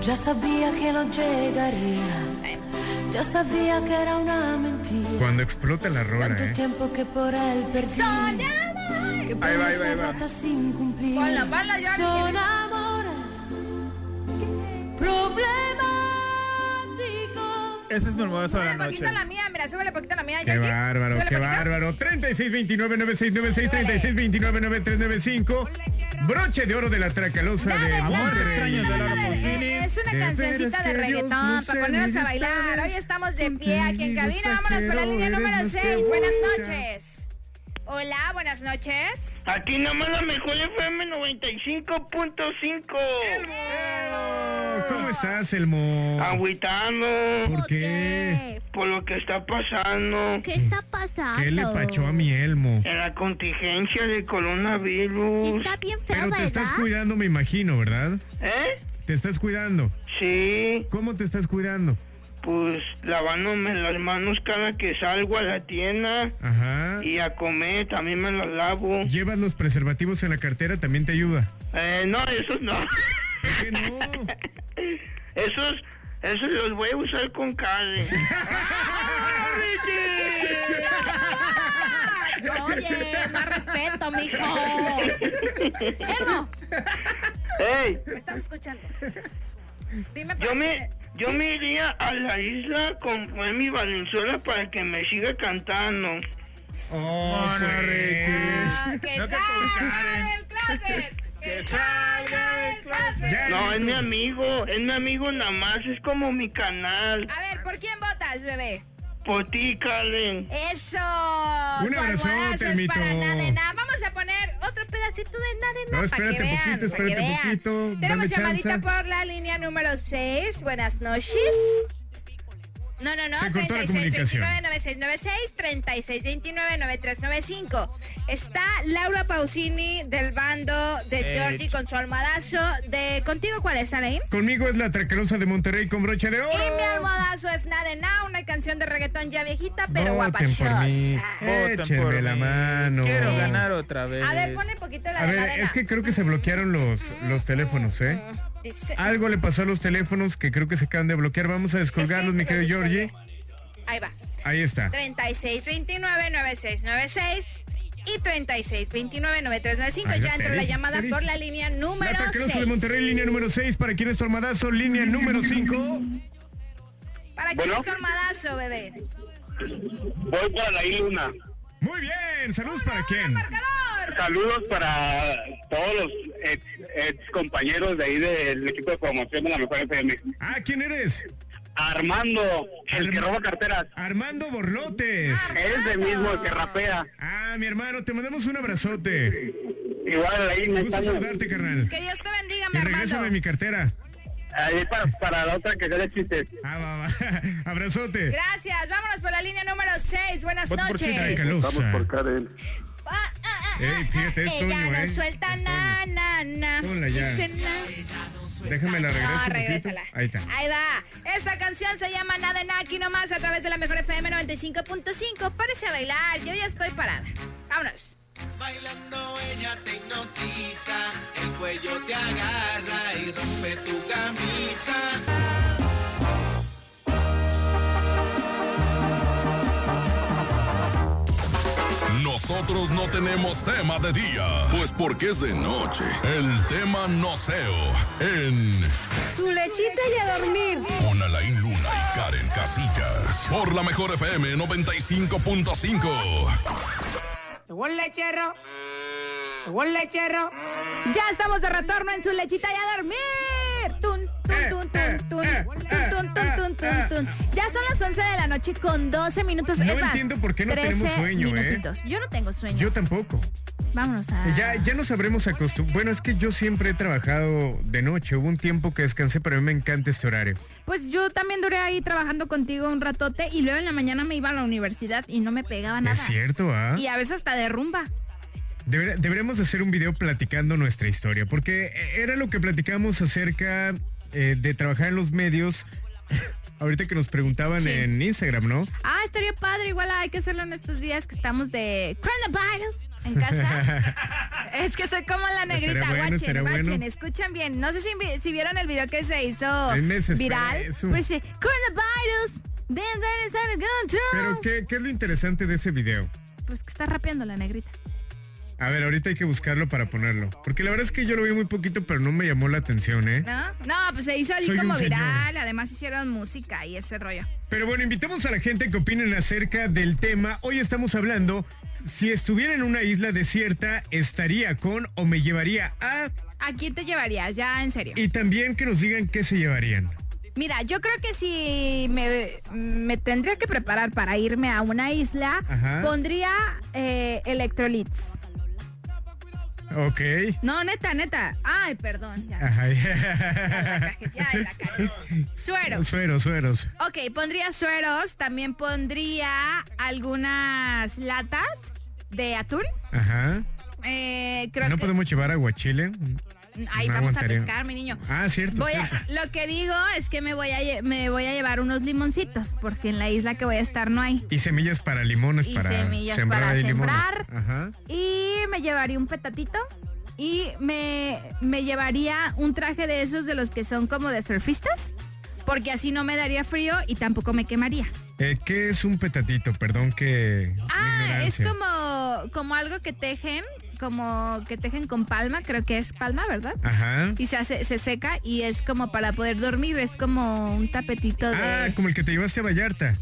S19: Già sabia che non llegaría, già sabía che era una mentira.
S4: Cuando explota la rola,
S19: Tanto
S4: ¿eh?
S19: tiempo que por él perdí. Que
S12: Ahí va, ahí va, ahí
S19: promesas
S12: va.
S19: rotas sin cumplir.
S7: Ponla, ponla, ya.
S19: Son amores problemáticos.
S12: Este es mi hermoso de la
S7: Un poquito
S12: noche.
S7: la mía, mira, mira, súbele poquito a la mía.
S4: Qué
S7: Yayi.
S4: bárbaro,
S7: Súbele
S4: qué
S7: poquito.
S4: bárbaro. 3629-9696, 3629-9395. Broche de oro de la tracalosa de Monterrey.
S7: Eh, Es una
S4: De
S7: cancioncita
S4: veras
S7: de
S4: que
S7: reggaetón
S4: Dios no
S7: para
S4: se
S7: ponernos a
S4: me
S7: bailar.
S4: dispare.
S7: Hoy estamos de pie aquí en cabina. Vámonos para la línea
S4: exagero,
S7: número
S4: eres más
S7: 6.
S4: que
S7: Buenas
S4: única.
S7: noches. Hola, buenas noches.
S13: Aquí nomás la mejor FM
S12: ¡Oh!
S13: 95.5.
S4: ¿Cómo estás, Elmo?
S13: Agüitando.
S4: ¿Por qué?
S13: Por lo que está pasando.
S20: ¿Qué está pasando?
S4: ¿Qué le pachó a mi Elmo?
S13: En la contingencia del coronavirus.
S20: Está bien feo,
S4: Pero te
S20: ¿verdad?
S4: estás cuidando, me imagino, ¿verdad?
S13: ¿Eh?
S4: ¿Te estás cuidando?
S13: Sí.
S4: ¿Cómo te estás cuidando?
S13: Pues lavándome las manos cada que salgo a la tienda.
S4: Ajá.
S13: Y a comer también me las lavo.
S4: ¿Llevas los preservativos en la cartera? ¿También te ayuda?
S13: Eh, no, esos no. esos, esos los voy a usar con carne.
S7: Oye, más respeto, mijo. Elmo,
S13: ¡Ey!
S7: me estás escuchando. Dime por
S13: Yo me,
S7: qué-
S13: yo me iría a la isla con mi Valenzuela para que me siga cantando.
S4: Oh,
S7: Ah, que salga del closet. Que salga del closet.
S13: No, es mi amigo, es mi amigo nada más, es como mi canal.
S7: A ver, ¿por quién votas, bebé?
S13: Por ti, Karen.
S7: Eso.
S13: Un
S7: tu
S13: abrazote,
S7: almohadazo es
S13: mito.
S7: para nada de nada. Vamos a poner otro pedacito de nada de nada
S4: No,
S7: para que
S4: espérate
S7: vean.
S4: poquito,
S7: para que
S4: espérate
S7: vean.
S4: poquito, dame
S7: Tenemos llamadita
S4: chance.
S7: por la línea número 6. Buenas noches. No, no, no,
S4: Se cortó la
S7: 3629-9696, 3629-9395. Está Laura Pausini del bando de
S4: Eh.
S7: Georgie con su almohadazo. De, ¿Contigo cuál es, Alain?
S4: Conmigo es la tracalosa de Monterrey con broche de oro.
S7: Y mi almohadazo es nada de nada, una canción de reggaetón ya viejita, pero
S4: Voten por
S7: guapachosa.
S4: mí.
S12: Voten por
S4: Échenme la
S12: mí.
S4: mano.
S12: Quiero ganar otra vez.
S7: A ver, ponle poquito la
S4: Pues, A
S7: de
S4: ver,
S7: Madena. Mm,
S4: es que creo que se bloquearon los, los teléfonos, ¿eh?
S7: Dice-
S4: Algo le pasó a los teléfonos que creo que se acaban de bloquear. Vamos a descolgarlos, mi querido Georgie.
S7: Ahí va.
S4: Ahí está.
S7: 3629-9696 y
S4: Ahí
S7: 3629-9395.
S4: la
S7: Ya entró la
S4: pedí,
S7: llamada
S4: pedí.
S7: por la línea número
S4: La Tracalosa
S7: 6.
S4: de Monterrey, línea número 6. Para quien es tu armadazo, línea número 5.
S7: ¿Para qué
S4: Bueno.
S7: es colmadazo, bebé?
S4: Voy para la Iluna. Muy bien. Saludos para quién.
S21: Saludos para todos los ex, ex compañeros de ahí del equipo de promoción de la Mejor FM.
S4: Ah, ¿quién eres?
S21: Armando, el que roba carteras.
S4: Armando Borlotes.
S7: Ah.
S21: Ese mismo, el que rapea.
S4: Ah, mi hermano, te mandamos un abrazote.
S21: Igual, ahí me
S4: Gusto
S21: están-
S4: saludarte, carnal.
S7: Que Dios te bendiga,
S4: Y
S7: mi
S4: regrésame
S7: hermano.
S4: mi cartera.
S21: Ahí para, para la otra que ya le chistes.
S4: Ah, va, va. Abrazote.
S7: Gracias, vámonos por la línea número 6. Buenas noches.
S4: Tracalosa.
S15: Vamos por Karen.
S7: ah,
S4: Ey, fíjate, es
S7: Ella
S4: Toño,
S7: no
S4: ¿eh?
S7: suelta na, na, na.
S4: Ponla ya.
S7: Dice na.
S4: Déjame la regreso.
S7: No,
S4: un
S7: Ah, regrésala. Ah.
S4: poquito. Ahí está.
S7: Ahí va. Esta canción se llama Nada de Nada aquí nomás a través de la mejor FM 95.5. Párese a bailar, yo ya estoy parada. Vámonos.
S17: Bailando ella te hipnotiza, el cuello te agarra y rompe tu camisa.
S1: Nosotros no tenemos tema de día, pues porque es de noche. El tema no seo en
S22: Su lechita y a dormir.
S1: Con Alain Luna y Karen Casillas por la mejor FM 95.5.
S6: Un lechero. Un lechero.
S7: Ya estamos de retorno en su lechita y a dormir. Tun,
S4: Eh,
S7: tun, tun, tun, tun. Tun, tun, tun, tun, tun, tun. Ya son las 11 de la noche con 12 minutos.
S4: No
S7: es más,
S4: entiendo por qué no tenemos
S7: 13
S4: sueño, ¿eh?
S7: minutitos. Yo no tengo sueño.
S4: Yo tampoco.
S7: Vámonos a...
S4: Ya, ya nos habremos acostumbrado. Bueno, es que yo siempre he trabajado de noche. Hubo un tiempo que descansé, pero a mí me encanta este horario.
S7: Pues yo también duré ahí trabajando contigo un ratote y luego en la mañana me iba a la universidad y no me pegaba nada.
S4: Es cierto, ¿ah?
S7: Y a veces hasta derrumba.
S4: Deber- deberíamos hacer un video platicando nuestra historia, porque eh, era lo que platicamos acerca eh, de trabajar en los medios. Ahorita que nos preguntaban en Instagram, ¿no?
S7: Ah, estaría padre, igual hay que hacerlo en estos días que estamos de coronavirus en casa. es que soy como la negrita,
S4: Estaría bueno,
S7: guachen,
S4: estaría
S7: guachen,
S4: bueno.
S7: escuchen bien. No sé si, vi- si vieron el video que se hizo
S4: mí me desespera
S7: viral.
S4: eso.
S7: Pero dice, coronavirus, then there is a good truth".
S4: Pero ¿qué, qué es lo interesante de ese video?
S7: Pues que está rapeando la negrita.
S4: A ver, ahorita hay que buscarlo para ponerlo. Porque la verdad es que yo lo vi muy poquito, pero no me llamó la atención, ¿eh?
S7: ¿No? No, pues se hizo así
S4: Soy
S7: como
S4: un señor.
S7: viral. Además hicieron música y ese rollo.
S4: Pero bueno, invitamos a la gente que opinen acerca del tema. Hoy estamos hablando, si estuviera en una isla desierta, ¿estaría con o me llevaría a?
S7: ¿A quién te llevarías? Ya, en serio.
S4: Y también que nos digan qué se llevarían.
S7: Mira, yo creo que si me, me tendría que preparar para irme a una isla,
S4: Ajá.
S7: pondría eh, electrolits.
S4: Ok.
S7: No, neta, neta. Ay, perdón. ya.
S4: Ajá.
S7: Sueros.
S4: Sueros, sueros.
S7: Ok, pondría sueros. También pondría algunas latas de atún.
S4: Ajá.
S7: Eh, creo
S4: ¿No
S7: que-
S4: podemos llevar aguachile?
S7: Ahí
S4: No
S7: vamos a
S4: aguantaría.
S7: pescar, mi niño.
S4: Ah, cierto,
S7: Voy a-
S4: cierto.
S7: lo que digo es que me voy, a, lle- me voy a llevar unos limoncitos, por si en la isla que voy a estar no hay.
S4: Y semillas para limones,
S7: Y
S4: para
S7: semillas
S4: sembrar
S7: para
S4: ahí limones.
S7: sembrar.
S4: Ajá.
S7: Y me llevaría un petatito. Y me, me llevaría un traje de esos de los que son como de surfistas. Porque así no me daría frío y tampoco me quemaría.
S4: Eh, ¿Qué es un petatito? Perdón que... mi
S7: Ah, es
S4: ignorancia.
S7: como, como algo que tejen, como que tejen con palma, creo que es palma, ¿verdad?
S4: Ajá.
S7: Y se, hace- se seca y es como para poder dormir, es como un tapetito
S4: Ah,
S7: de...
S4: como el que te llevaste a Vallarta.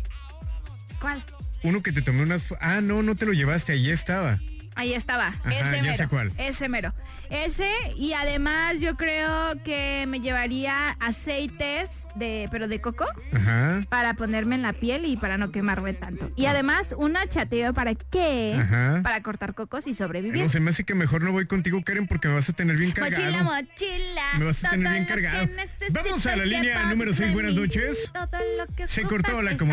S7: ¿Cuál?
S4: Uno que te tomé unas... fo- Ah, no, no te lo llevaste, ahí estaba.
S7: Ahí estaba,
S4: Ajá,
S7: ese
S4: ya
S7: mero.
S4: sé cuál.
S7: Ese mero. Ese y además yo creo que me llevaría aceites de pero de coco
S4: Ajá.
S7: para ponerme en la piel y para no quemarme tanto. Y además una chateo para qué?
S4: Ah. Ajá.
S7: Para cortar cocos y sobrevivir.
S4: No, se me hace que mejor no voy contigo, Karen, porque me vas a tener bien cargado.
S7: Mochila, mochila.
S4: Me vas a tener
S7: todo
S4: bien
S7: lo que
S4: cargado.
S7: necesito
S4: Vamos a la línea
S7: llevar
S4: número seis,
S7: de
S4: buenas
S7: mí,
S4: noches.
S7: todo lo que
S4: Se
S7: ocupas
S4: cortó la
S7: está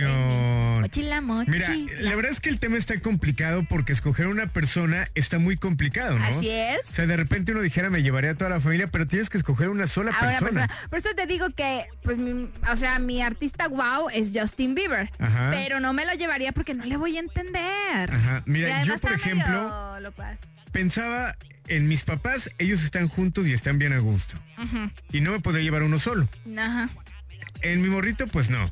S4: comunicación.
S7: Mochila,
S4: Mira,
S7: mochila.
S4: la verdad es que el tema está complicado porque escoger una persona está muy complicado, ¿no?
S7: Así es.
S4: O sea, de repente uno dijera, me llevaría a toda la familia, pero tienes que escoger una sola
S7: a una
S4: persona.
S7: persona. Por eso te digo que, pues, mi- o sea, mi artista wow es Justin Bieber.
S4: Ajá.
S7: Pero no me lo llevaría porque no le voy a entender.
S4: Ajá. Mira,
S7: Y
S4: yo,
S7: además
S4: por
S7: está
S4: ejemplo,
S7: medio locuaz.
S4: Pensaba en mis papás, ellos están juntos y están bien a gusto.
S7: Ajá.
S4: Y no me podría llevar uno solo.
S7: Ajá.
S4: En mi morrito, pues no.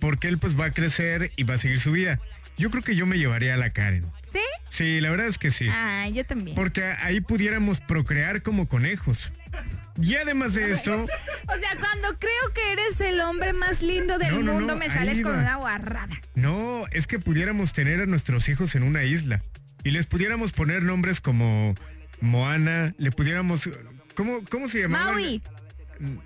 S4: Porque él pues va a crecer y va a seguir su vida. Yo creo que yo me llevaría a la Karen.
S7: ¿Sí?
S4: Sí, la verdad es que sí.
S7: Ah, yo también.
S4: Porque ahí pudiéramos procrear como conejos. Y además de esto,
S7: O sea, cuando creo que eres el hombre más lindo del
S4: No, no,
S7: mundo,
S4: no,
S7: me
S4: ahí
S7: sales con
S4: va.
S7: una guarrada.
S4: no, es que pudiéramos tener a nuestros hijos en una isla. Y les pudiéramos poner nombres como Moana, le pudiéramos... ¿Cómo, cómo se llamaba?
S7: Maui.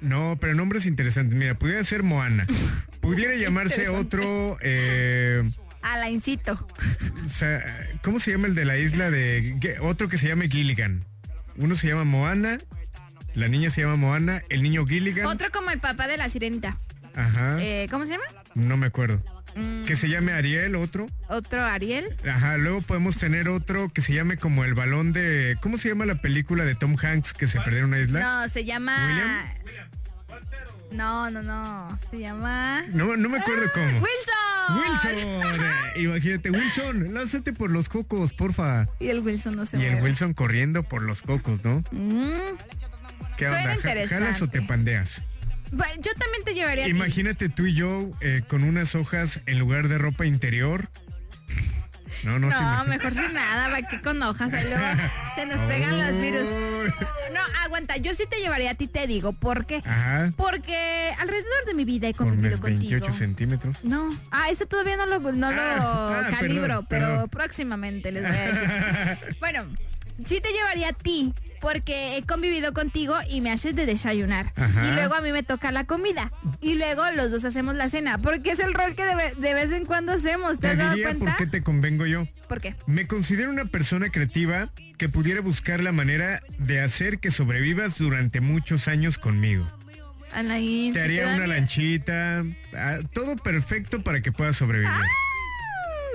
S4: No, pero nombres interesantes. Mira, pudiera ser Moana. Pudiera llamarse
S7: Interesante.
S4: otro... eh,
S7: Alaincito.
S4: Sa- ¿Cómo se llama el de la isla de Gu- otro que se llama Gilligan? Uno se llama Moana, la niña se llama Moana, el niño Gilligan.
S7: Otro como el papá de la sirenita.
S4: Ajá.
S7: Eh, ¿Cómo se llama?
S4: no me acuerdo.
S7: Mm,
S4: Que se llame Ariel, otro.
S7: Otro Ariel.
S4: Ajá, luego podemos tener otro que se llame como el balón de. ¿Cómo se llama la película de Tom Hanks que se perdió en una isla?
S7: No, se llama. No, no, no. Se llama.
S4: No, no me acuerdo cómo.
S7: Ah, Wilson.
S4: Wilson. eh, Imagínate, Wilson, lánzate por los cocos, porfa.
S7: Y el Wilson no se
S4: Y el
S7: mueve.
S4: Wilson corriendo por los cocos, ¿no?
S7: Mm.
S4: ¿Qué
S7: Suena
S4: onda? ¿Ja- ¿Jalas o
S7: interesante.
S4: te pandeas?
S7: Bueno, yo también te llevaría. a ti.
S4: Imagínate tú y yo eh, con unas hojas en lugar de ropa interior. No, no, te
S7: No,
S4: imaginas.
S7: mejor sin nada, va que con hojas, ahí luego se nos
S4: Oh.
S7: pegan los virus. No, aguanta, yo sí te llevaría a ti, te digo, ¿por qué?
S4: Ajá.
S7: Porque alrededor de mi vida he
S4: Por
S7: convivido
S4: mis 28
S7: contigo.
S4: centímetros.
S7: No, ah, eso todavía no lo, no lo
S4: Ah, ah, perdón,
S7: calibro, pero
S4: perdón.
S7: próximamente les voy a decir. bueno, sí te llevaría a ti, porque he convivido contigo y me haces de desayunar.
S19: Ajá.
S7: Y luego a mí me toca la comida. Y luego los dos hacemos la cena, porque es el rol que de, ve- de vez en cuando hacemos. ¿Te
S4: Te
S7: has dado
S4: diría por
S7: cuenta?
S4: qué te convengo yo.
S7: ¿Por qué?
S4: Me considero una persona creativa que pudiera buscar la manera de hacer que sobrevivas durante muchos años conmigo.
S7: Alain,
S4: Te
S7: si
S4: haría
S7: da
S4: una
S7: miedo-
S4: lanchita, ah, todo perfecto para que puedas sobrevivir.
S7: Ah,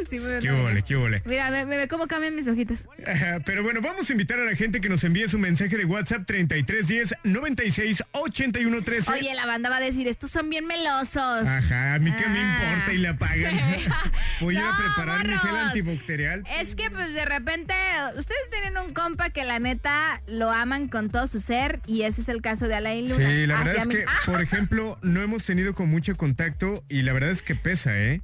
S7: Sí, me-
S4: qué ole, qué ole.
S7: Mira, me, me ve cómo cambian mis ojitos.
S4: Ajá, Pero bueno, vamos a invitar a la gente que nos envíe su mensaje de WhatsApp 3310 96 81 13.
S7: Oye, la banda va a decir, estos son bien melosos.
S4: Ajá, a mí que me
S7: Ah.
S4: importa y la pagan. Voy a
S7: No,
S4: preparar mi gel
S7: morros.
S4: antibacterial.
S7: Es que pues de repente ustedes tienen un compa que la neta lo aman con todo su ser y ese es el caso de Alain Luna.
S4: Sí, la verdad
S7: Hacia
S4: es
S7: mí.
S4: que,
S7: ¡Ah!
S4: por ejemplo, no hemos tenido con mucho contacto y la verdad es que pesa, ¿eh?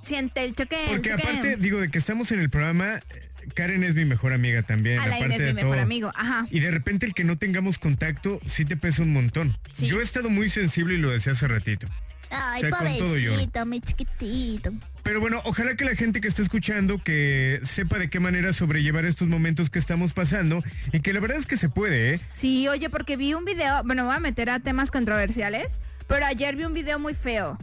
S7: Siente el choque.
S4: Porque aparte, digo, de que estamos en el programa, eh, Karen es mi mejor amiga también.
S7: Alain
S4: aparte
S7: es
S4: de
S7: mi mejor
S4: todo.
S7: amigo. Ajá.
S4: Y de repente el que no tengamos contacto sí te pesa un montón.
S7: Sí.
S4: Yo he estado muy sensible y lo decía hace ratito.
S20: Ay,
S4: O sea, con todo lloro.
S20: pobrecito, mi chiquitito.
S4: Pero bueno, ojalá que la gente que está escuchando que sepa de qué manera sobrellevar estos momentos que estamos pasando y que la verdad es que se puede, ¿eh?
S7: Sí, oye, porque vi un video, bueno, me voy a meter a temas controversiales, pero ayer vi un video muy feo.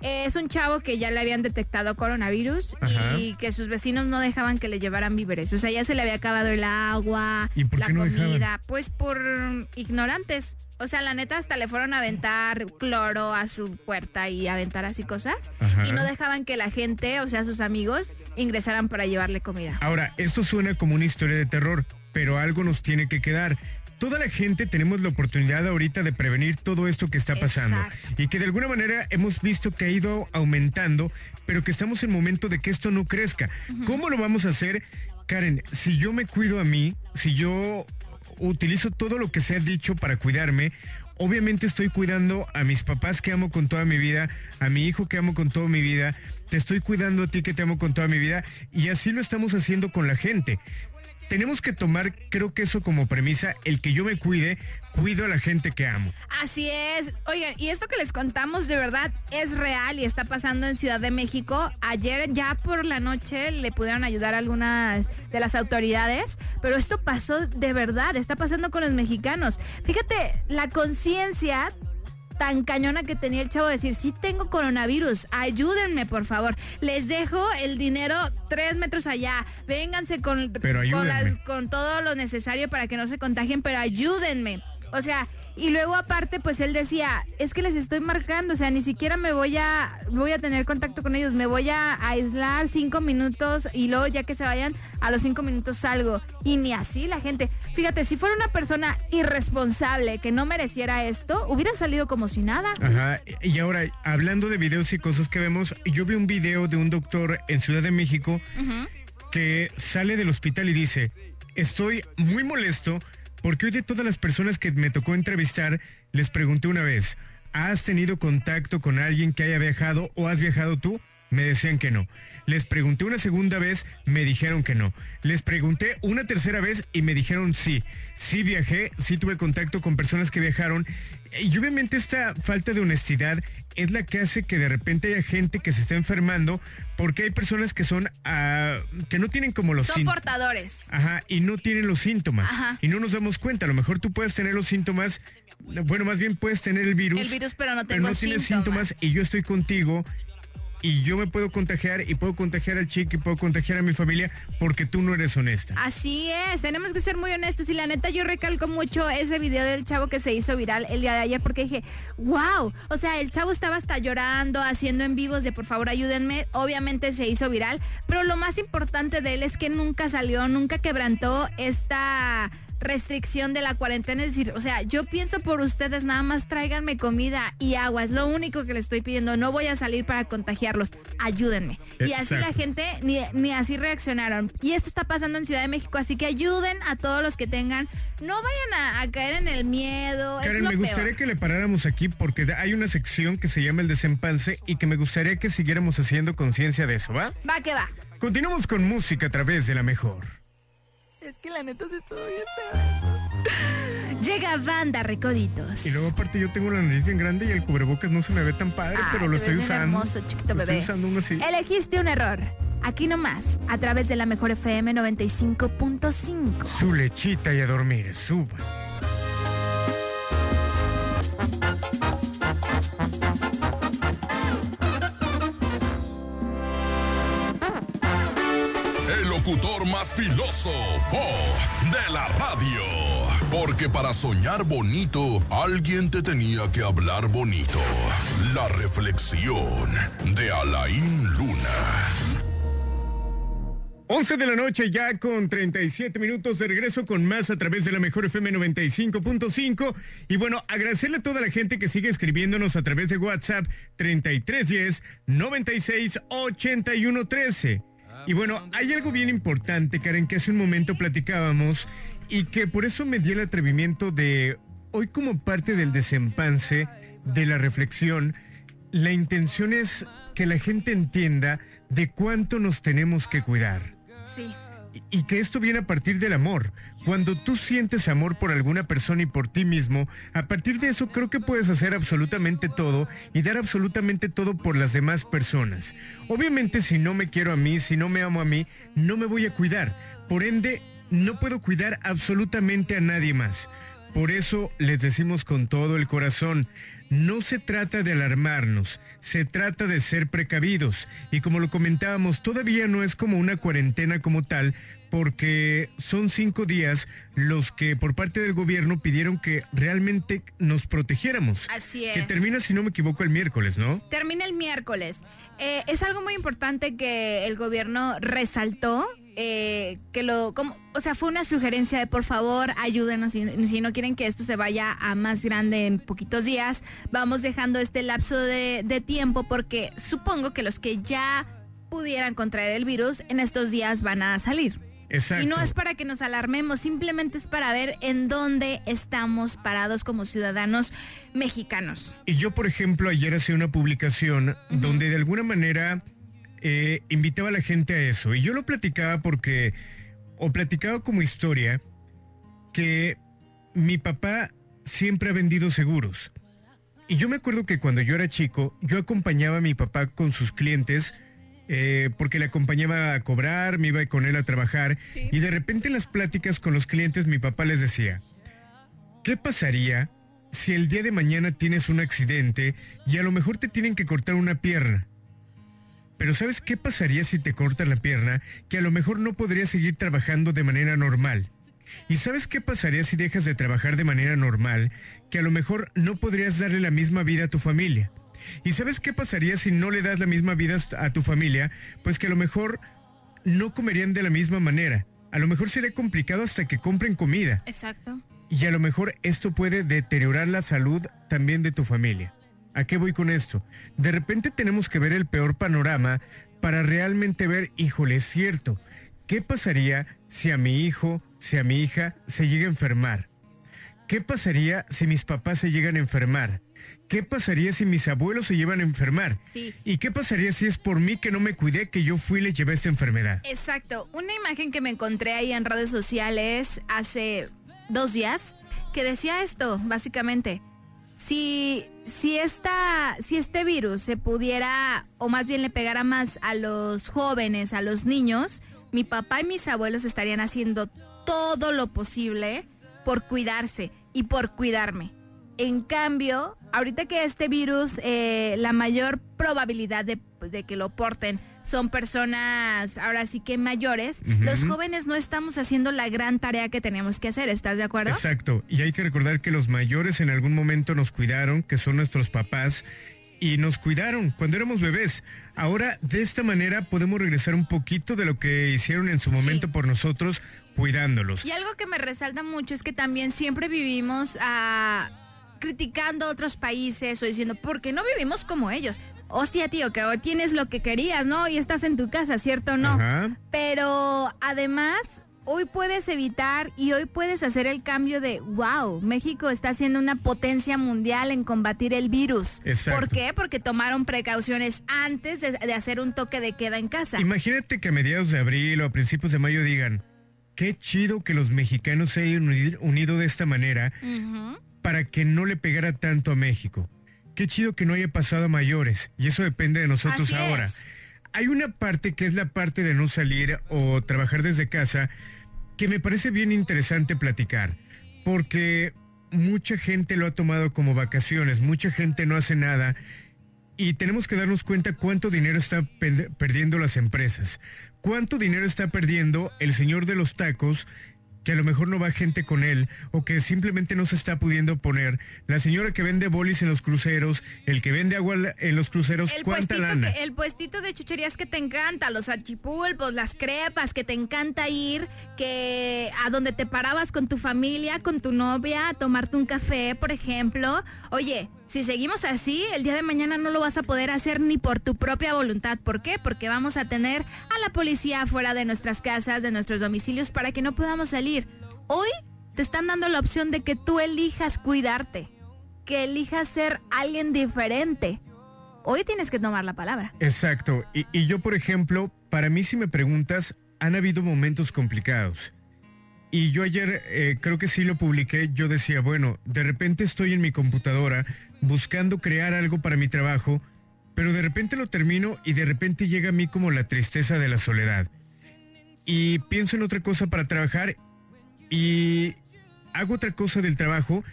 S7: Eh, Es un chavo que ya le habían detectado coronavirus
S4: Ajá.
S7: y que sus vecinos no dejaban que le llevaran víveres. O sea, ya se le había acabado el agua,
S4: ¿Y por
S7: la
S4: qué no
S7: comida,
S4: dejaban?
S7: pues por mm, ignorantes. O sea, la neta hasta le fueron a aventar cloro a su puerta y aventar así cosas
S4: Ajá.
S7: y no dejaban que la gente, o sea, sus amigos ingresaran para llevarle comida.
S4: Ahora, esto suena como una historia de terror, pero algo nos tiene que quedar. Toda la gente tenemos la oportunidad ahorita de prevenir todo esto que está pasando
S7: Exacto.
S4: y que de alguna manera hemos visto que ha ido aumentando, pero que estamos en momento de que esto no crezca. ¿Cómo lo vamos a hacer? Karen, si yo me cuido a mí, si yo utilizo todo lo que se ha dicho para cuidarme, obviamente estoy cuidando a mis papás que amo con toda mi vida, a mi hijo que amo con toda mi vida, te estoy cuidando a ti que te amo con toda mi vida y así lo estamos haciendo con la gente. Tenemos que tomar, creo que eso como premisa, el que yo me cuide, cuido a la gente que amo.
S7: Así es. Oigan, y esto que les contamos de verdad es real y está pasando en Ciudad de México. Ayer ya por la noche le pudieron ayudar algunas de las autoridades, pero esto pasó de verdad, está pasando con los mexicanos. Fíjate, la conciencia tan cañona que tenía el chavo de decir, sí tengo coronavirus, ayúdenme por favor, les dejo el dinero tres metros allá, vénganse con,
S4: Pero
S7: con, las-
S4: ayúdenme.
S7: con todo lo necesario para que no se contagien, pero ayúdenme. O sea, y luego aparte, pues él decía, es que les estoy marcando, o sea, ni siquiera me voy a, voy a tener contacto con ellos, me voy a aislar cinco minutos y luego ya que se vayan, a los cinco minutos salgo. Y ni así la gente. Fíjate, si fuera una persona irresponsable que no mereciera esto, hubiera salido como si nada.
S4: Ajá, y ahora, hablando de videos y cosas que vemos, yo vi un video de un doctor en Ciudad de México
S7: Ujú.
S4: que sale del hospital y dice, estoy muy molesto porque hoy de todas las personas que me tocó entrevistar, les pregunté una vez, ¿has tenido contacto con alguien que haya viajado o has viajado tú? Me decían que no. Les pregunté una segunda vez, me dijeron que no. Les pregunté una tercera vez y me dijeron sí. Sí viajé, sí tuve contacto con personas que viajaron. Y obviamente esta falta de honestidad es la que hace que de repente haya gente que se está enfermando porque hay personas que son ah, que no tienen como los
S7: Son
S4: síntomas.
S7: portadores.
S4: Ajá, y no tienen los síntomas.
S7: Ajá.
S4: Y no nos damos cuenta. A lo mejor tú puedes tener los síntomas. Bueno, más bien puedes tener el virus.
S7: El virus, pero no
S4: pero
S7: tengo
S4: no tienes
S7: síntomas.
S4: síntomas y yo estoy contigo. Y yo me puedo contagiar y puedo contagiar al chico y puedo contagiar a mi familia porque tú no eres honesta.
S7: Así es, tenemos que ser muy honestos y la neta yo recalco mucho ese video del chavo que se hizo viral el día de ayer porque dije, wow, o sea, el chavo estaba hasta llorando, haciendo en vivos de por favor ayúdenme, obviamente se hizo viral, pero lo más importante de él es que nunca salió, nunca quebrantó esta restricción de la cuarentena, es decir, o sea, yo pienso por ustedes, nada más tráiganme comida y agua, es lo único que les estoy pidiendo, no voy a salir para contagiarlos, ayúdenme. Y así la
S20: Exacto.
S7: gente gente ni, ni así reaccionaron. Y esto está pasando en Ciudad de México, así que ayuden a todos los que tengan. No vayan a, a caer en el miedo. es
S4: Karen,
S7: lo
S4: me gustaría
S7: peor.
S4: que le paráramos aquí porque hay una sección que se llama el desempance y que me gustaría que siguiéramos haciendo conciencia de eso, ¿va?
S7: Va que va.
S4: Continuamos con música a través de la mejor.
S16: Es que la neta se estuvo bien
S7: Llega banda Recoditos.
S4: Y luego aparte yo tengo la nariz bien grande y el cubrebocas no se me ve tan padre,
S7: Ay,
S4: pero lo
S7: Ah, te
S4: estoy
S7: ves bien
S4: usando.
S7: hermoso, chiquito
S4: Lo
S7: bebé.
S4: Pues
S7: Eh,
S4: Estoy usando uno así.
S7: Elegiste un error. Aquí nomás, a través de la mejor FM 95.5.
S4: Su lechita y a dormir, suba.
S1: El locutor más filósofo de la radio. Porque para soñar bonito, alguien te tenía que hablar bonito. La reflexión de Alain Luna.
S4: 11 de la noche ya con 37 minutos de regreso con más a través de la mejor FM 95.5 y bueno, agradecerle a toda la gente que sigue escribiéndonos a través de WhatsApp 3310 96 81 13. Y bueno, hay algo bien importante, Karen, que hace un momento platicábamos y que por eso me di el atrevimiento de hoy como parte del desempance de la reflexión la intención es que la gente entienda de cuánto nos tenemos que cuidar.
S7: Sí.
S4: y que esto viene a partir del amor. Cuando tú sientes amor por alguna persona y por ti mismo, a partir de eso creo que puedes hacer absolutamente todo y dar absolutamente todo por las demás personas. Obviamente si no me quiero a mí, si no me amo a mí, no me voy a cuidar. Por ende, no puedo cuidar absolutamente a nadie más. Por eso les decimos con todo el corazón, no se trata de alarmarnos, se trata de ser precavidos. Y como lo comentábamos, todavía no es como una cuarentena como tal, porque son cinco días los que por parte del gobierno pidieron que realmente nos protegiéramos.
S7: Así es.
S4: Que termina, si no me equivoco, el miércoles, ¿no?
S7: Termina el miércoles. Eh, es algo muy importante que el gobierno resaltó, eh, que lo, como, o sea, fue una sugerencia de por favor ayúdenos si, si no quieren que esto se vaya a más grande en poquitos días, vamos dejando este lapso de, de tiempo porque supongo que los que ya pudieran contraer el virus en estos días van a salir.
S4: Exacto.
S7: Y no es para que nos alarmemos, simplemente es para ver en dónde estamos parados como ciudadanos mexicanos.
S4: Y yo, por ejemplo, ayer hacía una publicación donde de alguna manera eh, invitaba a la gente a eso. Y yo lo platicaba porque, o platicaba como historia, que mi papá siempre ha vendido seguros. Y yo me acuerdo que cuando yo era chico, yo acompañaba a mi papá con sus clientes. eh, porque le acompañaba a cobrar, me iba con él a trabajar y de repente en las pláticas con los clientes mi papá les decía, ¿Qué pasaría si el día de mañana tienes un accidente y a lo mejor te tienen que cortar una pierna? Pero ¿sabes qué pasaría si te cortan la pierna que a lo mejor no podrías seguir trabajando de manera normal? ¿Y sabes qué pasaría si dejas de trabajar de manera normal que a lo mejor no podrías darle la misma vida a tu familia? ¿Y sabes qué pasaría si no le das la misma vida a tu familia? Pues que a lo mejor no comerían de la misma manera. A lo mejor sería complicado hasta que compren comida.
S7: Exacto.
S4: Y a lo mejor esto puede deteriorar la salud también de tu familia. ¿A qué voy con esto? De repente tenemos que ver el peor panorama para realmente ver, híjole, es cierto, ¿qué pasaría si a mi hijo, si a mi hija se llega a enfermar? ¿Qué pasaría si mis papás se llegan a enfermar? ¿Qué pasaría si mis abuelos se llevan a enfermar?
S7: Sí.
S4: ¿Y qué pasaría si es por mí que no me cuidé, que yo fui y les llevé esta enfermedad?
S7: Exacto. Una imagen que me encontré ahí en redes sociales hace dos días que decía esto, básicamente. Si, si, esta, si este virus se pudiera, o más bien le pegara más a los jóvenes, a los niños, mi papá y mis abuelos estarían haciendo todo lo posible por cuidarse y por cuidarme. En cambio, ahorita que este virus, eh, la mayor probabilidad de, de que lo porten son personas ahora sí que mayores,
S4: Ujú.
S7: los jóvenes no estamos haciendo la gran tarea que tenemos que hacer, ¿estás de acuerdo?
S4: Exacto, y hay que recordar que los mayores en algún momento nos cuidaron, que son nuestros papás, y nos cuidaron cuando éramos bebés. Ahora, de esta manera, podemos regresar un poquito de lo que hicieron en su momento por nosotros, cuidándolos.
S7: Y algo que me resalta mucho es que también siempre vivimos ah, criticando a otros países o diciendo, ¿por qué no vivimos como ellos? Hostia, tío, que hoy tienes lo que querías, ¿no? Y estás en tu casa, ¿cierto o no?
S4: Ajá.
S7: Pero además, hoy puedes evitar y hoy puedes hacer el cambio de, wow, México está siendo una potencia mundial en combatir el virus.
S4: Exacto.
S7: ¿Por qué? Porque tomaron precauciones antes de, de hacer un toque de queda en casa.
S4: Imagínate que a mediados de abril o a principios de mayo digan, qué chido que los mexicanos se hayan uni- unido de esta manera
S7: Ujú.
S4: para que no le pegara tanto a México. Qué chido que no haya pasado a mayores, y eso depende de nosotros
S7: Así
S4: ahora.
S7: es.
S4: Hay una parte que es la parte de no salir o trabajar desde casa, que me parece bien interesante platicar, porque mucha gente lo ha tomado como vacaciones, mucha gente no hace nada, y tenemos que darnos cuenta cuánto dinero están perdiendo las empresas, cuánto dinero está perdiendo el señor de los tacos que a lo mejor no va gente con él o que simplemente no se está pudiendo poner, la señora que vende bolis en los cruceros, el que vende agua la- en los cruceros,
S7: el
S4: cuánta
S7: puestito,
S4: lana.
S7: que- el puestito de chucherías que te encanta, los achipulpos, las crepas, que te encanta ir, que a donde te parabas con tu familia, con tu novia, a tomarte un café, por ejemplo. Oye, si seguimos así, el día de mañana no lo vas a poder hacer ni por tu propia voluntad. ¿Por qué? Porque vamos a tener a la policía afuera de nuestras casas, de nuestros domicilios, para que no podamos salir. Hoy te están dando la opción de que tú elijas cuidarte, que elijas ser alguien diferente. Hoy tienes que tomar la palabra.
S4: Exacto. Y, y yo, por ejemplo, para mí si me preguntas, han habido momentos complicados. Y yo ayer eh, creo que sí lo publiqué, yo decía, bueno, de repente estoy en mi computadora buscando crear algo para mi trabajo, pero de repente lo termino y de repente llega a mí como la tristeza de la soledad. Y pienso en otra cosa para trabajar y hago otra cosa del trabajo,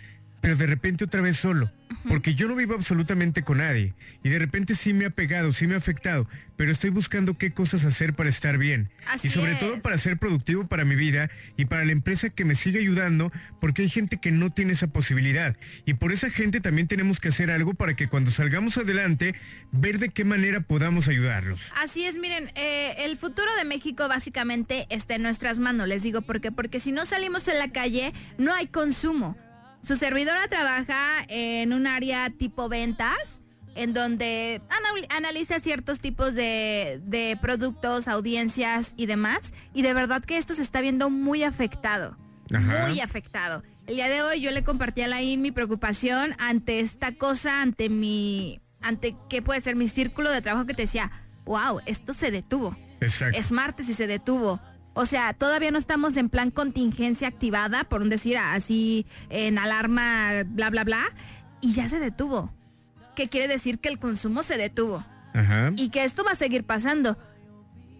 S4: pero de repente otra vez solo. Porque yo no vivo absolutamente con nadie. Y de repente sí me ha pegado, sí me ha afectado, pero estoy buscando qué cosas hacer para estar bien.
S7: Así
S4: y sobre
S7: es.
S4: todo para ser productivo para mi vida y para la empresa que me sigue ayudando, porque hay gente que no tiene esa posibilidad. Y por esa gente también tenemos que hacer algo para que cuando salgamos adelante, ver de qué manera podamos ayudarlos.
S7: Así es, miren, eh, el futuro de México básicamente está en nuestras manos, les digo por qué, porque si no salimos en la calle no hay consumo. Su servidora trabaja en un área tipo ventas, en donde ana- analiza ciertos tipos de, de productos, audiencias y demás, y de verdad que esto se está viendo muy afectado
S20: Ajá.
S7: muy afectado. El día de hoy yo le compartí a Lain mi preocupación ante esta cosa, ante mi, ante qué puede ser mi círculo de trabajo que te decía, wow, esto se detuvo.
S4: Exacto.
S7: Es martes y se detuvo. O sea, todavía no estamos en plan contingencia activada, por un decir así, en alarma, bla, bla, bla, y ya se detuvo. ¿Qué quiere decir que el consumo se detuvo?
S4: Ajá.
S7: y que esto va a seguir pasando.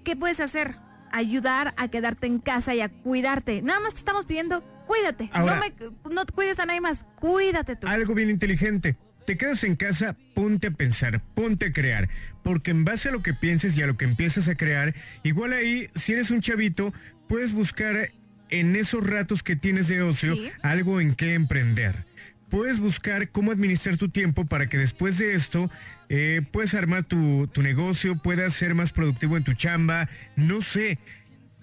S7: ¿Qué puedes hacer? Ayudar a quedarte en casa y a cuidarte. Nada más te estamos pidiendo, cuídate.
S4: Ahora- Ah,
S7: no, me, no cuides a nadie más, cuídate tú.
S4: Algo bien inteligente. Te quedas en casa, ponte a pensar, ponte a crear, porque en base a lo que pienses y a lo que empiezas a crear, igual ahí, si eres un chavito, puedes buscar en esos ratos que tienes de ocio
S23: Sí.
S4: algo en qué emprender. Puedes buscar cómo administrar tu tiempo para que después de esto eh, puedas armar tu, tu negocio, puedas ser más productivo en tu chamba, no sé.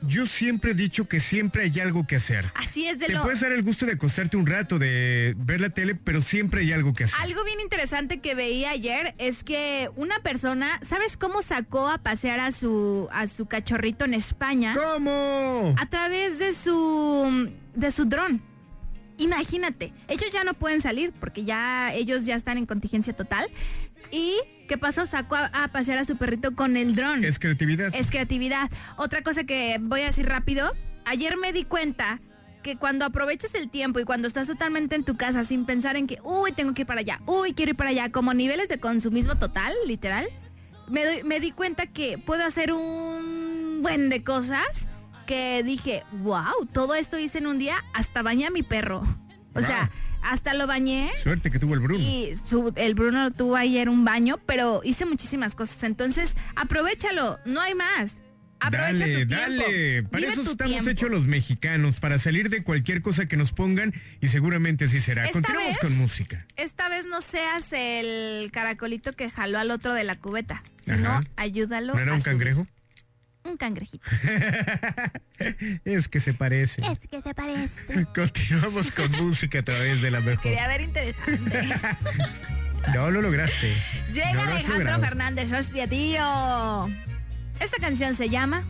S4: Yo siempre he dicho que siempre hay algo que hacer.
S7: Así es de
S4: Te
S7: lo...
S4: puedes dar el gusto de acostarte un rato, de ver la tele, pero siempre hay algo que hacer.
S7: Algo bien interesante que veí ayer es que una persona, ¿sabes cómo sacó a pasear a su a su cachorrito en España?
S4: ¿Cómo?
S7: A través de su de su dron. Imagínate, ellos ya no pueden salir porque ya ellos ya están en contingencia total. ¿Y qué pasó? Sacó a, a pasear a su perrito con el dron.
S4: Es creatividad.
S7: Es creatividad. Otra cosa que voy a decir rápido. Ayer me di cuenta que cuando aprovechas el tiempo y cuando estás totalmente en tu casa sin pensar en que, uy, tengo que ir para allá, uy, quiero ir para allá, como niveles de consumismo total, literal, me, doy- me di cuenta que puedo hacer un buen de cosas que dije, wow, todo esto hice en un día, hasta bañé a mi perro. O sea, hasta lo bañé.
S4: Suerte que tuvo el Bruno.
S7: Y su- el Bruno tuvo ayer un baño, pero hice muchísimas cosas. Entonces, aprovechalo, no hay más. Aprovecha
S4: dale,
S7: tu tiempo.
S4: dale. Para
S7: Vive
S4: eso
S7: tu
S4: estamos
S7: tiempo.
S4: hechos los mexicanos, para salir de cualquier cosa que nos pongan y seguramente así será.
S7: Esta
S4: Continuamos
S7: vez-
S4: con música.
S7: Esta vez no seas el caracolito que jaló al otro de la cubeta, sino
S4: Ajá.
S7: ayúdalo.
S4: ¿No era
S7: a
S4: un
S7: subir.
S4: cangrejo?
S7: Un cangrejito.
S4: Es que se parece.
S7: Es que se parece.
S4: Continuamos con música a través de la mejor.
S7: Quería ver interesante.
S4: No lo lograste.
S7: Llega
S4: No lo has
S7: Alejandro
S4: logrado.
S7: Fernández, hostia, tío. oh. Esta canción se llama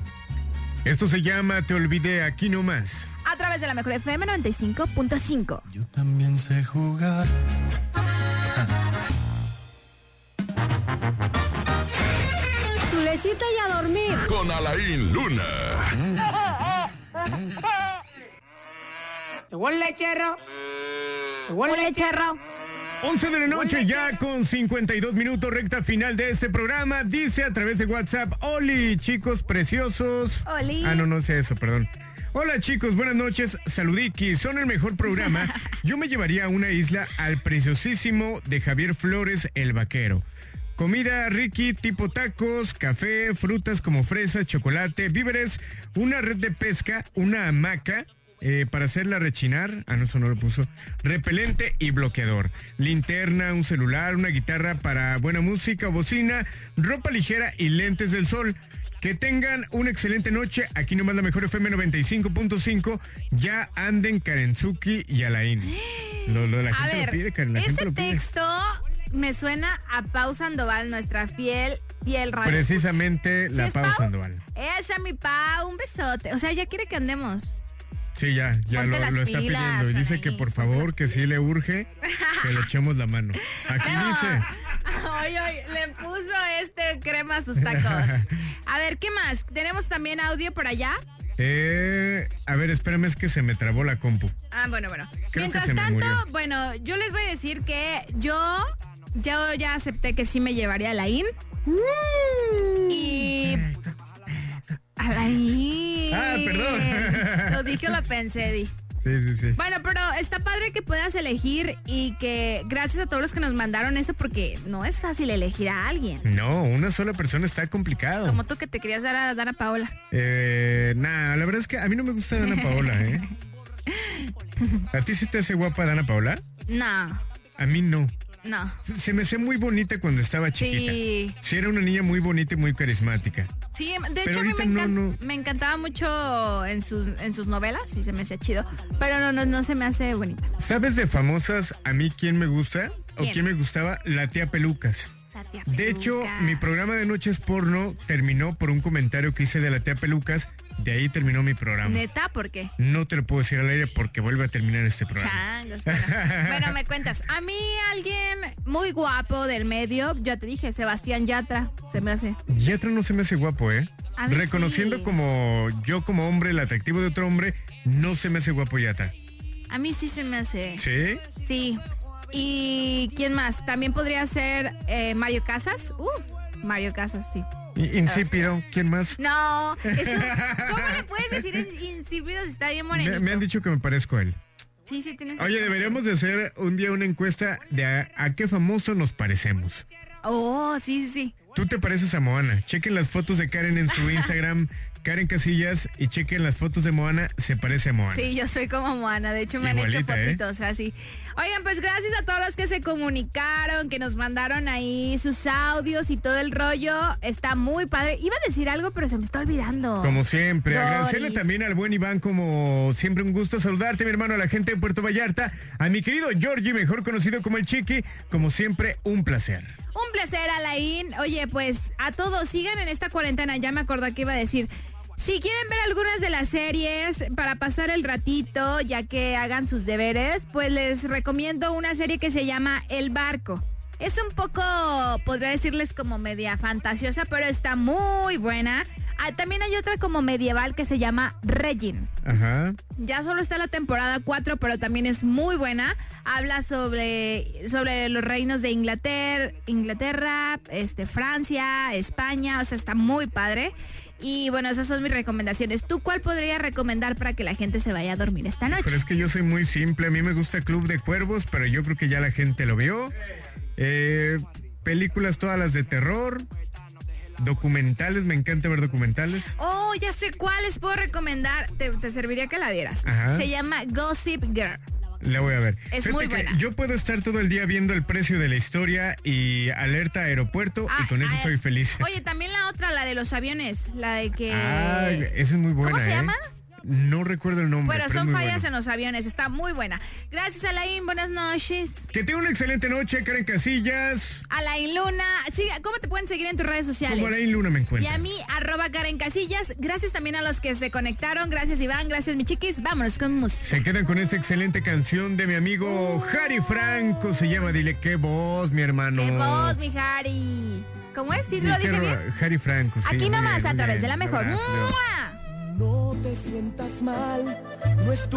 S4: Esto se llama Te olvidé aquí nomás.
S7: A través de la mejor FM 95.5.
S24: También sé jugar.
S22: Su lechita y a dormir.
S1: Con Alain Luna.
S6: Llegó el lechero. Llegó el lechero.
S4: 11 de la noche, ya con 52 minutos, recta final de este programa. Dice a través de WhatsApp: Oli, chicos preciosos.
S7: Oli.
S4: Ah, no, no sé eso, perdón. Hola chicos, buenas noches, saludiki, son el mejor programa. Yo me llevaría a una isla al preciosísimo de Javier Flores el Vaquero. Comida Ricky tipo tacos, café, frutas como fresas, chocolate, víveres, una red de pesca, una hamaca eh, para hacerla rechinar, ah no, eso no lo puso, repelente y bloqueador, linterna, un celular, una guitarra para buena música, bocina, ropa ligera y lentes del sol. Que tengan una excelente noche. Aquí nomás la mejor FM 95.5. Ya anden Karenzuki y Alain. Lo, lo- la
S7: a
S4: gente
S7: ver,
S4: lo pide, Karen. La gente
S7: ese
S4: lo pide.
S7: texto me suena a Pau Sandoval, nuestra fiel, fiel radio.
S4: Precisamente la
S7: es
S4: Pau
S7: Pau?
S4: Sandoval.
S7: Esa mi Pau, un besote. O sea, ya quiere que andemos.
S4: Sí, ya, ya
S7: Ponte
S4: lo,
S7: las
S4: lo está
S7: pilas,
S4: pidiendo. Y dice que por favor, que sí le urge que le echemos la mano. Aquí dice.
S7: Ay, ay, le puso este crema a sus tacos. A ver, ¿qué más? ¿Tenemos también audio por allá?
S4: Eh, a ver, espérame, es que se me trabó la compu.
S7: Ah, bueno, bueno.
S4: Creo
S7: Mientras
S4: que se me
S7: tanto,
S4: murió.
S7: bueno, yo les voy a decir que yo, yo ya acepté que sí me llevaría a Alain. Y. Alain.
S4: Ah, perdón.
S7: Lo dije, lo pensé, Di.
S4: Sí, sí, sí.
S7: Bueno, pero está padre que puedas elegir y que gracias a todos los que nos mandaron esto porque no es fácil elegir a alguien.
S4: No, una sola persona está complicado.
S7: Como tú que te querías dar a, dar a Paola.
S4: Eh, nah, la verdad es que a mí no me gusta Dana Paola, ¿eh? ¿A ti sí te hace guapa Dana Paola?
S7: No,
S4: A mí no.
S7: no.
S4: Se me hacía muy bonita cuando estaba chiquita.
S7: Sí.
S4: Sí, era una niña muy bonita y muy carismática.
S7: Sí, de
S4: Pero
S7: hecho a mí
S4: ahorita
S7: me,
S4: no,
S7: encan- me encantaba mucho en sus, en sus novelas y se me hacía chido. Pero no, no, no se me hace bonita.
S4: ¿Sabes de famosas a mí quién me gusta? ¿O
S7: ¿Quién?
S4: quién me gustaba? La tía Pelucas.
S7: La tía
S4: De hecho, mi programa de noches porno terminó por un comentario que hice de la tía Pelucas. De ahí terminó mi programa.
S7: Neta, ¿por qué?
S4: No te lo puedo decir al aire porque vuelve a terminar este programa.
S7: Changos. Bueno. Bueno, me cuentas. A mí alguien muy guapo del medio, ya te dije, Sebastián Yatra, se me hace.
S4: Yatra no se me hace guapo, ¿eh?
S7: A mí
S4: Reconociendo
S7: sí.
S4: como yo como hombre el atractivo de otro hombre, no se me hace guapo Yatra.
S7: A mí sí se me hace.
S4: ¿Sí?
S7: Sí. ¿Y quién más? También podría ser eh, Mario Casas. Uh, Mario Casas, sí.
S4: I- Insípido. ¿Quién más?
S7: No, eso, ¿cómo le puedes decir in- insípido si está bien
S4: Me,
S7: morenito?
S4: me han dicho que me parezco a él.
S7: Sí, sí, tienes.
S4: Oye, deberíamos de hacer un día una encuesta de a, a qué famoso nos parecemos.
S7: Oh, sí, sí, sí.
S4: Tú te pareces a Moana. Chequen las fotos de Karen en su Instagram, Karen Casillas, y chequen las fotos de Moana, se parece a Moana.
S7: Sí, yo soy como Moana, de hecho me han hecho
S4: Igualita, ¿eh?
S7: fotitos así. Oigan, pues gracias a todos los que se comunicaron, que nos mandaron ahí sus audios y todo el rollo. Está muy padre. Iba a decir algo, pero se me está olvidando.
S4: Como siempre,
S7: Doris.
S4: agradecerle también al buen Iván, como siempre un gusto saludarte, mi hermano, a la gente de Puerto Vallarta, a mi querido Georgie, mejor conocido como el Chiqui, como siempre, un placer.
S7: Un placer, Alain. Oye, pues a todos sigan en esta cuarentena. Ya me acordé que iba a decir. Si quieren ver algunas de las series para pasar el ratito, ya que hagan sus deberes, pues les recomiendo una serie que se llama El Barco. Es un poco, podría decirles como media fantasiosa, pero está muy buena. Ah, también hay otra como medieval que se llama Regin.
S4: Ajá.
S7: Ya solo está la temporada 4, pero también es muy buena. Habla sobre, sobre los reinos de Inglaterra, Inglaterra, este, Francia, España, o sea, está muy padre. Y bueno, esas son mis recomendaciones. ¿Tú cuál podrías recomendar para que la gente se vaya a dormir esta noche?
S4: Pero es que yo soy muy simple, a mí me gusta Club de Cuervos, pero yo creo que ya la gente lo vio. Eh, películas todas las de terror, documentales, me encanta ver documentales.
S7: Oh, ya sé cuáles puedo recomendar. Te, te serviría que la vieras.
S4: Ajá.
S7: Se llama Gossip Girl.
S4: La voy a ver.
S7: Es
S4: Fíjate
S7: muy
S4: que
S7: buena.
S4: Yo puedo estar todo el día viendo el precio de la historia y alerta aeropuerto y con eso
S7: ah,
S4: soy feliz.
S7: Oye, también la otra, la de los aviones, la de que...
S4: Ah, esa es muy buena.
S7: ¿Cómo se
S4: ¿eh?
S7: llama?
S4: No recuerdo el nombre.
S7: Bueno,
S4: pero es
S7: son
S4: muy
S7: fallas
S4: bueno.
S7: en los aviones. Está muy buena. Gracias, Alain. Buenas noches.
S4: Que tenga una excelente noche, Karen Casillas.
S7: Alain Luna. Sí, ¿Cómo te pueden seguir en tus redes sociales?
S4: Como Alain Luna me
S7: Y
S4: encuentra.
S7: a mí, arroba Karen Casillas. Gracias también a los que se conectaron. Gracias, Iván. Gracias, mi chiquis. Vámonos con música.
S4: Se quedan con esta excelente canción de mi
S7: Uh.
S4: amigo Harry Franco. Se llama Dile qué voz, mi hermano.
S7: Que vos, mi Jari. ¿Cómo es? ¿Sí
S4: Dile
S7: lo
S4: qué
S7: dije
S4: ro-
S7: bien?
S4: Harry Franco. sí,
S7: Aquí
S4: muy
S7: nomás,
S4: bien,
S7: a
S4: muy
S7: través
S4: bien.
S7: de la
S4: Un
S7: mejor.
S4: abrazo, Leo.
S7: ¡Mua!
S24: No te sientas mal, no es tu